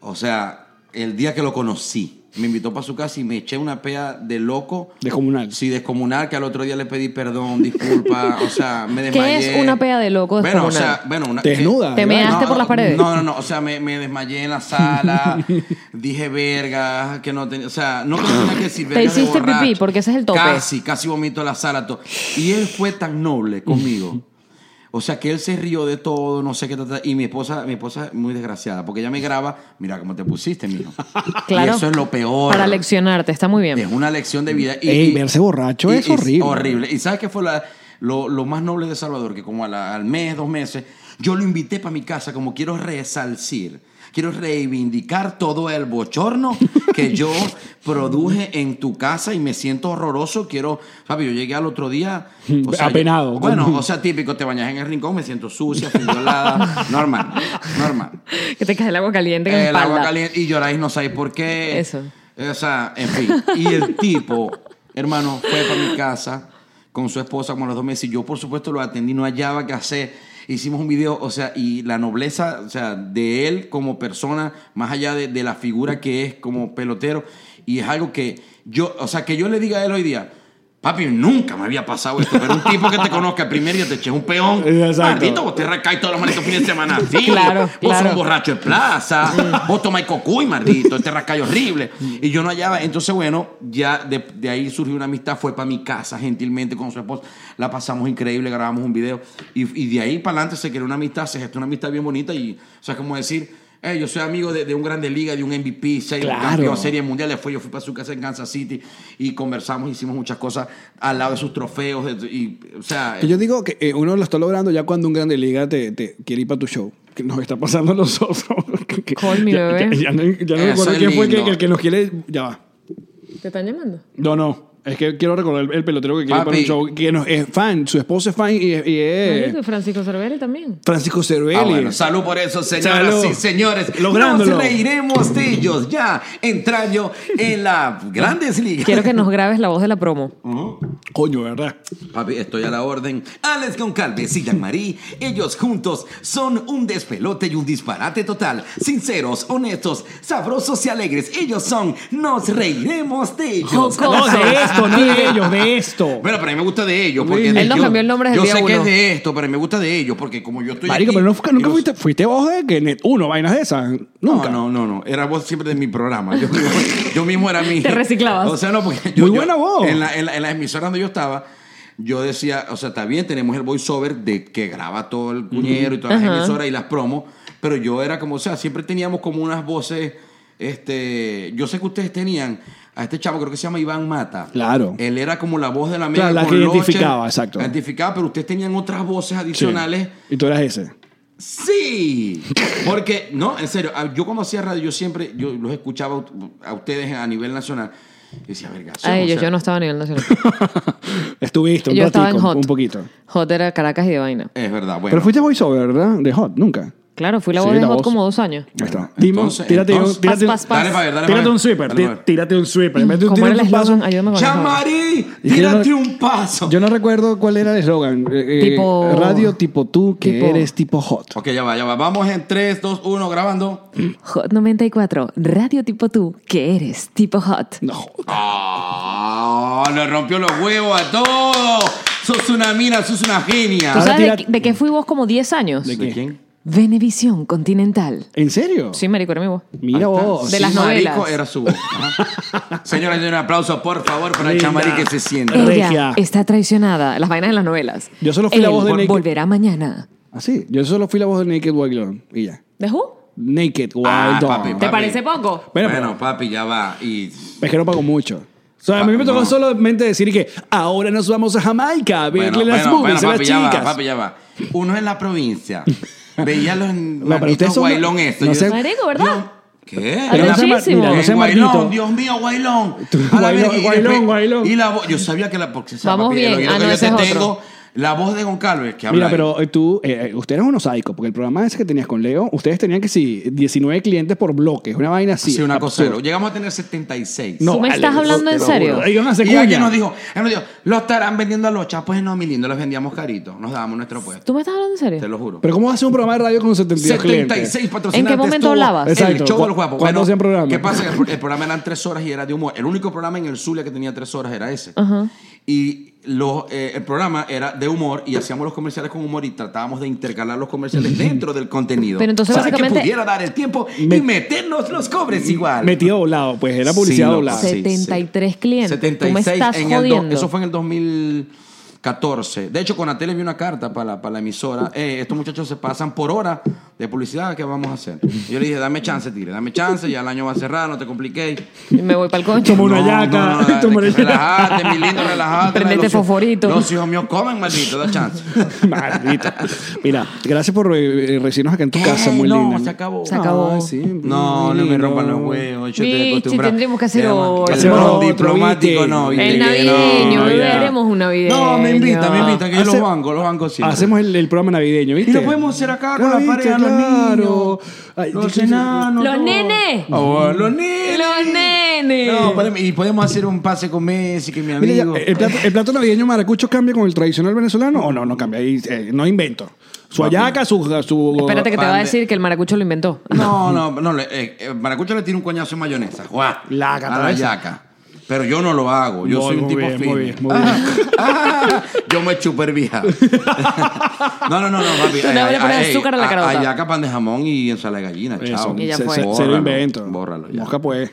O sea, el día que lo conocí, me invitó para su casa y me eché una pea de loco. Descomunal. Sí, descomunal, que al otro día le pedí *laughs* perdón, disculpa, o sea, me ¿Qué desmayé. es una pea de loco Bueno, o descomunal? sea, bueno, una... Desnuda. Te ¿verdad? measte por las paredes. No, no, no, o sea, me, me desmayé en *laughs* la sala, dije verga, que no tenía, o sea, no que no tenía que decir Te verga de hiciste borracho. pipí, porque ese es el tope. Casi, casi vomito en la sala. todo. Y él fue tan noble conmigo. O sea que él se rió de todo, no sé qué. ta, ta, Y mi esposa, mi esposa es muy desgraciada, porque ella me graba, mira cómo te pusiste, mijo. Claro. Y eso es lo peor. Para leccionarte, está muy bien. Es una lección de vida. Y, Ey, y- verse borracho es horrible. horrible. ¿Y sabes qué fue la- lo, lo más noble de Salvador? Que como a la- al mes, dos meses, yo lo invité para mi casa como quiero resalcir. Quiero reivindicar todo el bochorno *laughs* que yo produje en tu casa y me siento horroroso. Quiero, ¿sabes? Yo llegué al otro día. o sea, yo- Apenado. bueno, o sea, típico, te bañas en el rincón, me siento *laughs* sucia, friolada. normal, normal. Que te cae el agua caliente en la El espalda. agua caliente y lloráis, no sabéis por qué. Eso. O sea, en fin. Y *laughs* el tipo, hermano, fue para mi casa con su esposa como a los dos meses. Y yo, por supuesto, lo atendí, no hallaba qué hacer. Hicimos un video, o sea, y la nobleza, o sea, de él como persona, más allá de, de la figura que es como pelotero. Y es algo que yo, o sea, que yo le diga a él hoy día. Papi, nunca me había pasado esto, pero un tipo que te conozca el primer día te eché un peón. Exacto. Maldito, vos te recaes todos los malditos fines *laughs* de semana. Sí, Claro, vos sos claro. un borracho de plaza, vos tomás cocuy, maldito, este rascayo horrible. Y yo no hallaba. Entonces, bueno, ya de, de ahí surgió una amistad, fue para mi casa gentilmente con su esposa. La pasamos increíble, grabamos un video. Y, y de ahí para adelante se creó una amistad, se gestó una amistad bien bonita. Y, o sea, es como decir, Eh, yo soy amigo de, de un grande liga, de un MVP, seis Claro. campeón serie mundial. Después yo fui para su casa en Kansas City y conversamos, hicimos muchas cosas al lado de sus trofeos. de- y, o sea, Que yo digo que eh, uno lo está logrando ya cuando un grande liga te, te quiere ir para tu show. Que nos está pasando a nosotros. *laughs* Que- que- Call me, ya, bebé. ya- ya no, ya no Eso recuerdo es quién fue que, lindo. que el que nos quiere. Ya va. ¿Te están llamando? No, no. Es que quiero recordar el, el pelotero que quiere ir para Papi. un show. Que nos, es fan. Su esposa es fan y, es- y es. Marico, y Francisco Cervelli también. Francisco Cervelli. Ah, bueno, salud por eso, señoras Salud. y señores. Lográndolo. Nos reiremos de ellos ya entrando en la Grandes Ligas. Quiero que nos grabes la voz de la promo. Coño, ¿verdad? Papi, estoy a la orden. Alex Goncalves y Jean-Marie, ellos juntos son un despelote y un disparate total. Sinceros, honestos, sabrosos y alegres. Ellos son Nos Reiremos de ellos. No, de esto, no de ellos, *laughs* de esto. Bueno, pero a mí me gusta de ellos. Porque Él de- nos yo- cambió el nombre desde Yo el sé día que uno. es de esto, pero me gusta de ellos porque como yo estoy. Marico, aquí, pero no fue- nunca yo- fuiste, fuiste vos de que Net uno, vainas de esas. Nunca. No, no, no, no. Era voz siempre de mi *laughs* programa. Yo, yo- yo mismo era mi. Te reciclabas. O sea, no, porque yo. Muy yo- buena voz. En la, en, la, en la emisora donde yo estaba, yo decía, o sea, está bien, tenemos el voiceover de que graba todo el cuñero y todas las emisoras y las promos, pero yo era como, o sea, siempre teníamos como unas voces. Este, yo sé que ustedes tenían a este chavo, creo que se llama Iván Mata. Claro. Él era como la voz de la mesa. Claro, la con que Locher, identificaba, exacto. Identificaba, pero ustedes tenían otras voces Sí. adicionales. Y tú eras *laughs* ese. Sí, porque no, en serio, a- yo cuando hacía radio, yo siempre yo los escuchaba a ustedes a nivel nacional. Y decía, verga, son", A o ellos, sea, Ah, yo no estaba a nivel nacional. Estuviste un yo estaba en ratico, Hot. un poquito. Hot era Caracas y de vaina. Es verdad, bueno. Pero fuiste voiceover, ¿verdad? De Hot, nunca. Claro, fui la voz Sí, de la Hot voz. como dos años. Ahí está. Entonces, Dimo, tírate, entonces- un, tírate, Pas, un- pas, pas. Dale para ver, dale tírate pa' un ver. sweeper. Dale pa' tí- ver. Tírate un sweeper. En vez de un- ¿Cómo era tírate el un eslogan? paso. Ayúdame con eso. Yamari, Es que yo no- tírate un paso. Yo no recuerdo cuál era el eslogan. Eh, eh, Tipo- Radio tipo tú, que tipo- eres tipo Hot. Ok, ya va, ya va. Vamos en 3, 2, 1, grabando. Hot 94, radio tipo tú, que eres tipo hot. No, joder. ¡Ah! le rompió los huevos a todos. Sos una mina, sos una genia. ¿Tú Ahora sabes de, tira- qué- de qué fui vos como 10 años? ¿De quién? Venevisión Continental. ¿En serio? Sí, marico, era mi voz. Mira vos. De Sí, las marico, novelas. Era su voz. *laughs* Ajá. Señora, un aplauso, por favor, para Linda. Chamari que se sienta. Ella Regia. está traicionada. Las vainas de las novelas. Yo solo fui la Él voz de vol- Nick. Volverá mañana. Así. Ah, Yo solo fui la voz de Naked Wild Dog. Y ya. ¿De who? Naked Wild Ah, Dog. papi, ¿Te parece poco? Bueno, Bueno, pero- papi, ya va. Y Es que no pago mucho. O sea, a mí me tocó No. solamente decir que ahora nos vamos a Jamaica a verle las boobies a las ya chicas. Va, papi, ya va. Uno en la *laughs* provincia. Veía los pero ustedes manitos son- guailón esto. no Yo- sé- Marico, ¿verdad? ¿Qué? Pero En no la- sé, Muchísimo. mira, no en sé guailón, maldito. Dios mío, guailón. *laughs* Tú, A la guailón, verga, y guailón, después- guailón. Y la voz, yo sabía que la porque esa Vamos papi, bien. el oído Ah, que no, yo ese te es otro. tengo, la voz de Goncalves que habla. Mira, ahí. pero eh, tú, eh, ustedes eran unos psicos, porque el programa ese que tenías con Leo, ustedes tenían que sí, 19 clientes por bloque, una vaina así. sí, una cosa. absurdo. Llegamos a tener 76. No, ¿Tú me vale, estás yo hablando te en lo juro. serio? Iban a hacer Y cuña. alguien nos dijo, él nos dijo, lo estarán vendiendo a los chapos. Pues No, mi lindo, los vendíamos caritos. Nos dábamos nuestro puesto. ¿Tú me estás hablando en serio? Te lo juro. Pero ¿cómo vas a hacer un programa de radio con 72 clientes? 76 patrocinantes. ¿En qué momento tuvo hablabas? Exacto. El show del ¿Cu- guapo. cuándo hacían programa? ¿Qué pasa? El, el programa eran tres horas y era de humor. El único programa en el Zulia que tenía tres horas era ese. Y lo- eh, el programa era de humor y hacíamos los comerciales con humor y tratábamos de intercalar los *laughs* comerciales dentro del contenido. Pero entonces, Para básicamente- que pudiera dar el tiempo y Me- meternos los cobres igual. Metido volado, pues era publicidad Sí, loco, volada. Ah, sí, sí. 73 clientes. Tú me 76 estás en el do- jodiendo. Eso fue en el 2014. De hecho, Conatel envió una carta para la, para la emisora. Eh, estos muchachos se pasan por hora de publicidad. ¿Qué vamos a hacer? Y Yo le dije, dame chance, tigre. Dame chance. Ya el año va a cerrar. No te compliquéis. Me voy para el concho. Como una No, yaca, no, no, no, como una yaca. Relajate, mi lindo, relajate. Prendete Los hijos- fosforito. Los hijos míos comen, maldito. Da chance. *laughs* *laughs* Maldito. Mira, gracias por eh, recibirnos acá en tu casa, Eh, muy no, linda. se acabó. Se acabó. Ay, sí, No, muy no me lindo. rompan los huevos. Yo estoy Bichi, acostumbrado. tendríamos que hacer Además, otro. El Hacemos ron otro, diplomático ¿viste? no. ¿viste? El Que no, navideño, no, bebé, ya. haremos un navideño. No, me invitan, me invitan, que yo Hace- los banco, los banco siempre. Hacemos el, el programa navideño, ¿viste? Y lo podemos hacer acá con Ah, la ¿viste? pareja, los Claro. niños, Ay, los yo- enanos. ¡Los todo. nenes! Ah, bueno, los nenes. ¡Los nenes! No, pues, podemos- y podemos hacer un pase con Messi, que mi Mira, ya, eh, amigo. el, plato, el plato navideño maracucho cambia con el tradicional venezolano o no, no cambia, ahí, eh, no invento. Su ayaca, su, su Espérate que te pan va a de- decir que el maracucho lo inventó. No, no, no. le- eh, eh, Maracucho le tira un coñazo en mayonesa. ¡Guau! La a la catavesa. yaca. Pero yo no lo hago. Yo Muy, soy un muy tipo bien, fino. muy bien, muy bien. *laughs* Ah, yo me chuper vieja. *laughs* no, no, no, no, papi. Tú no le pones azúcar a la carota. Ayaca, pan de jamón y ensalada de gallina. Eso, Chao. Y ya se- fue. se- cero Bórralo, invento. bórralo ya. Mosca pues.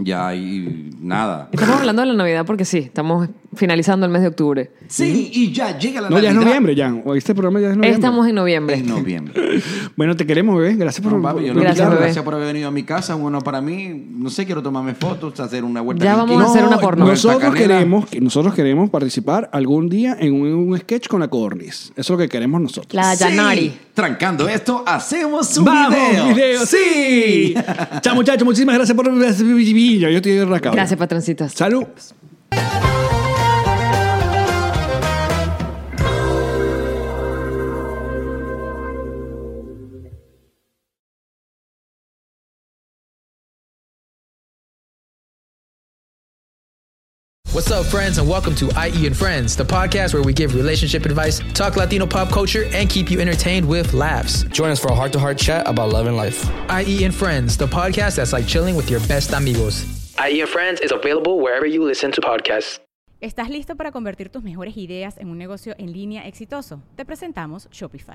Ya, y nada. Estamos hablando de la Navidad porque sí, estamos finalizando el mes de octubre. Sí, y ¿Mm? ya llega la No, ya Navidad. es noviembre, ya. O Este programa ya es noviembre. Estamos en noviembre. Es *laughs* noviembre. Bueno, te queremos, bebé. Gracias por, No, papi, yo por no Gracias, quiero. bebé. gracias por haber venido a mi casa. Bueno, para mí, no sé, quiero tomarme fotos, hacer una vuelta. Ya en vamos a Quito. hacer una porno. Nosotros Carrera. queremos, que nosotros queremos participar algún día en un, un sketch con la Cornis. Eso es lo que queremos nosotros. La Sí, Yanari. Trancando esto, hacemos un ¡Vamos, video. video! ¡Sí! Chao, muchachos. Muchísimas gracias por... Yo estoy rascado. Gracias, patroncitos. Salud. What's up, friends, and welcome to IE E and Friends, the podcast where we give relationship advice, talk Latino pop culture, and keep you entertained with laughs. Join us for a heart to heart chat about love and life. IE and Friends, the podcast that's like chilling with your best amigos. IE and Friends is available wherever you listen to podcasts. ¿Estás listo para convertir tus mejores ideas en un negocio en línea exitoso? Te presentamos Shopify.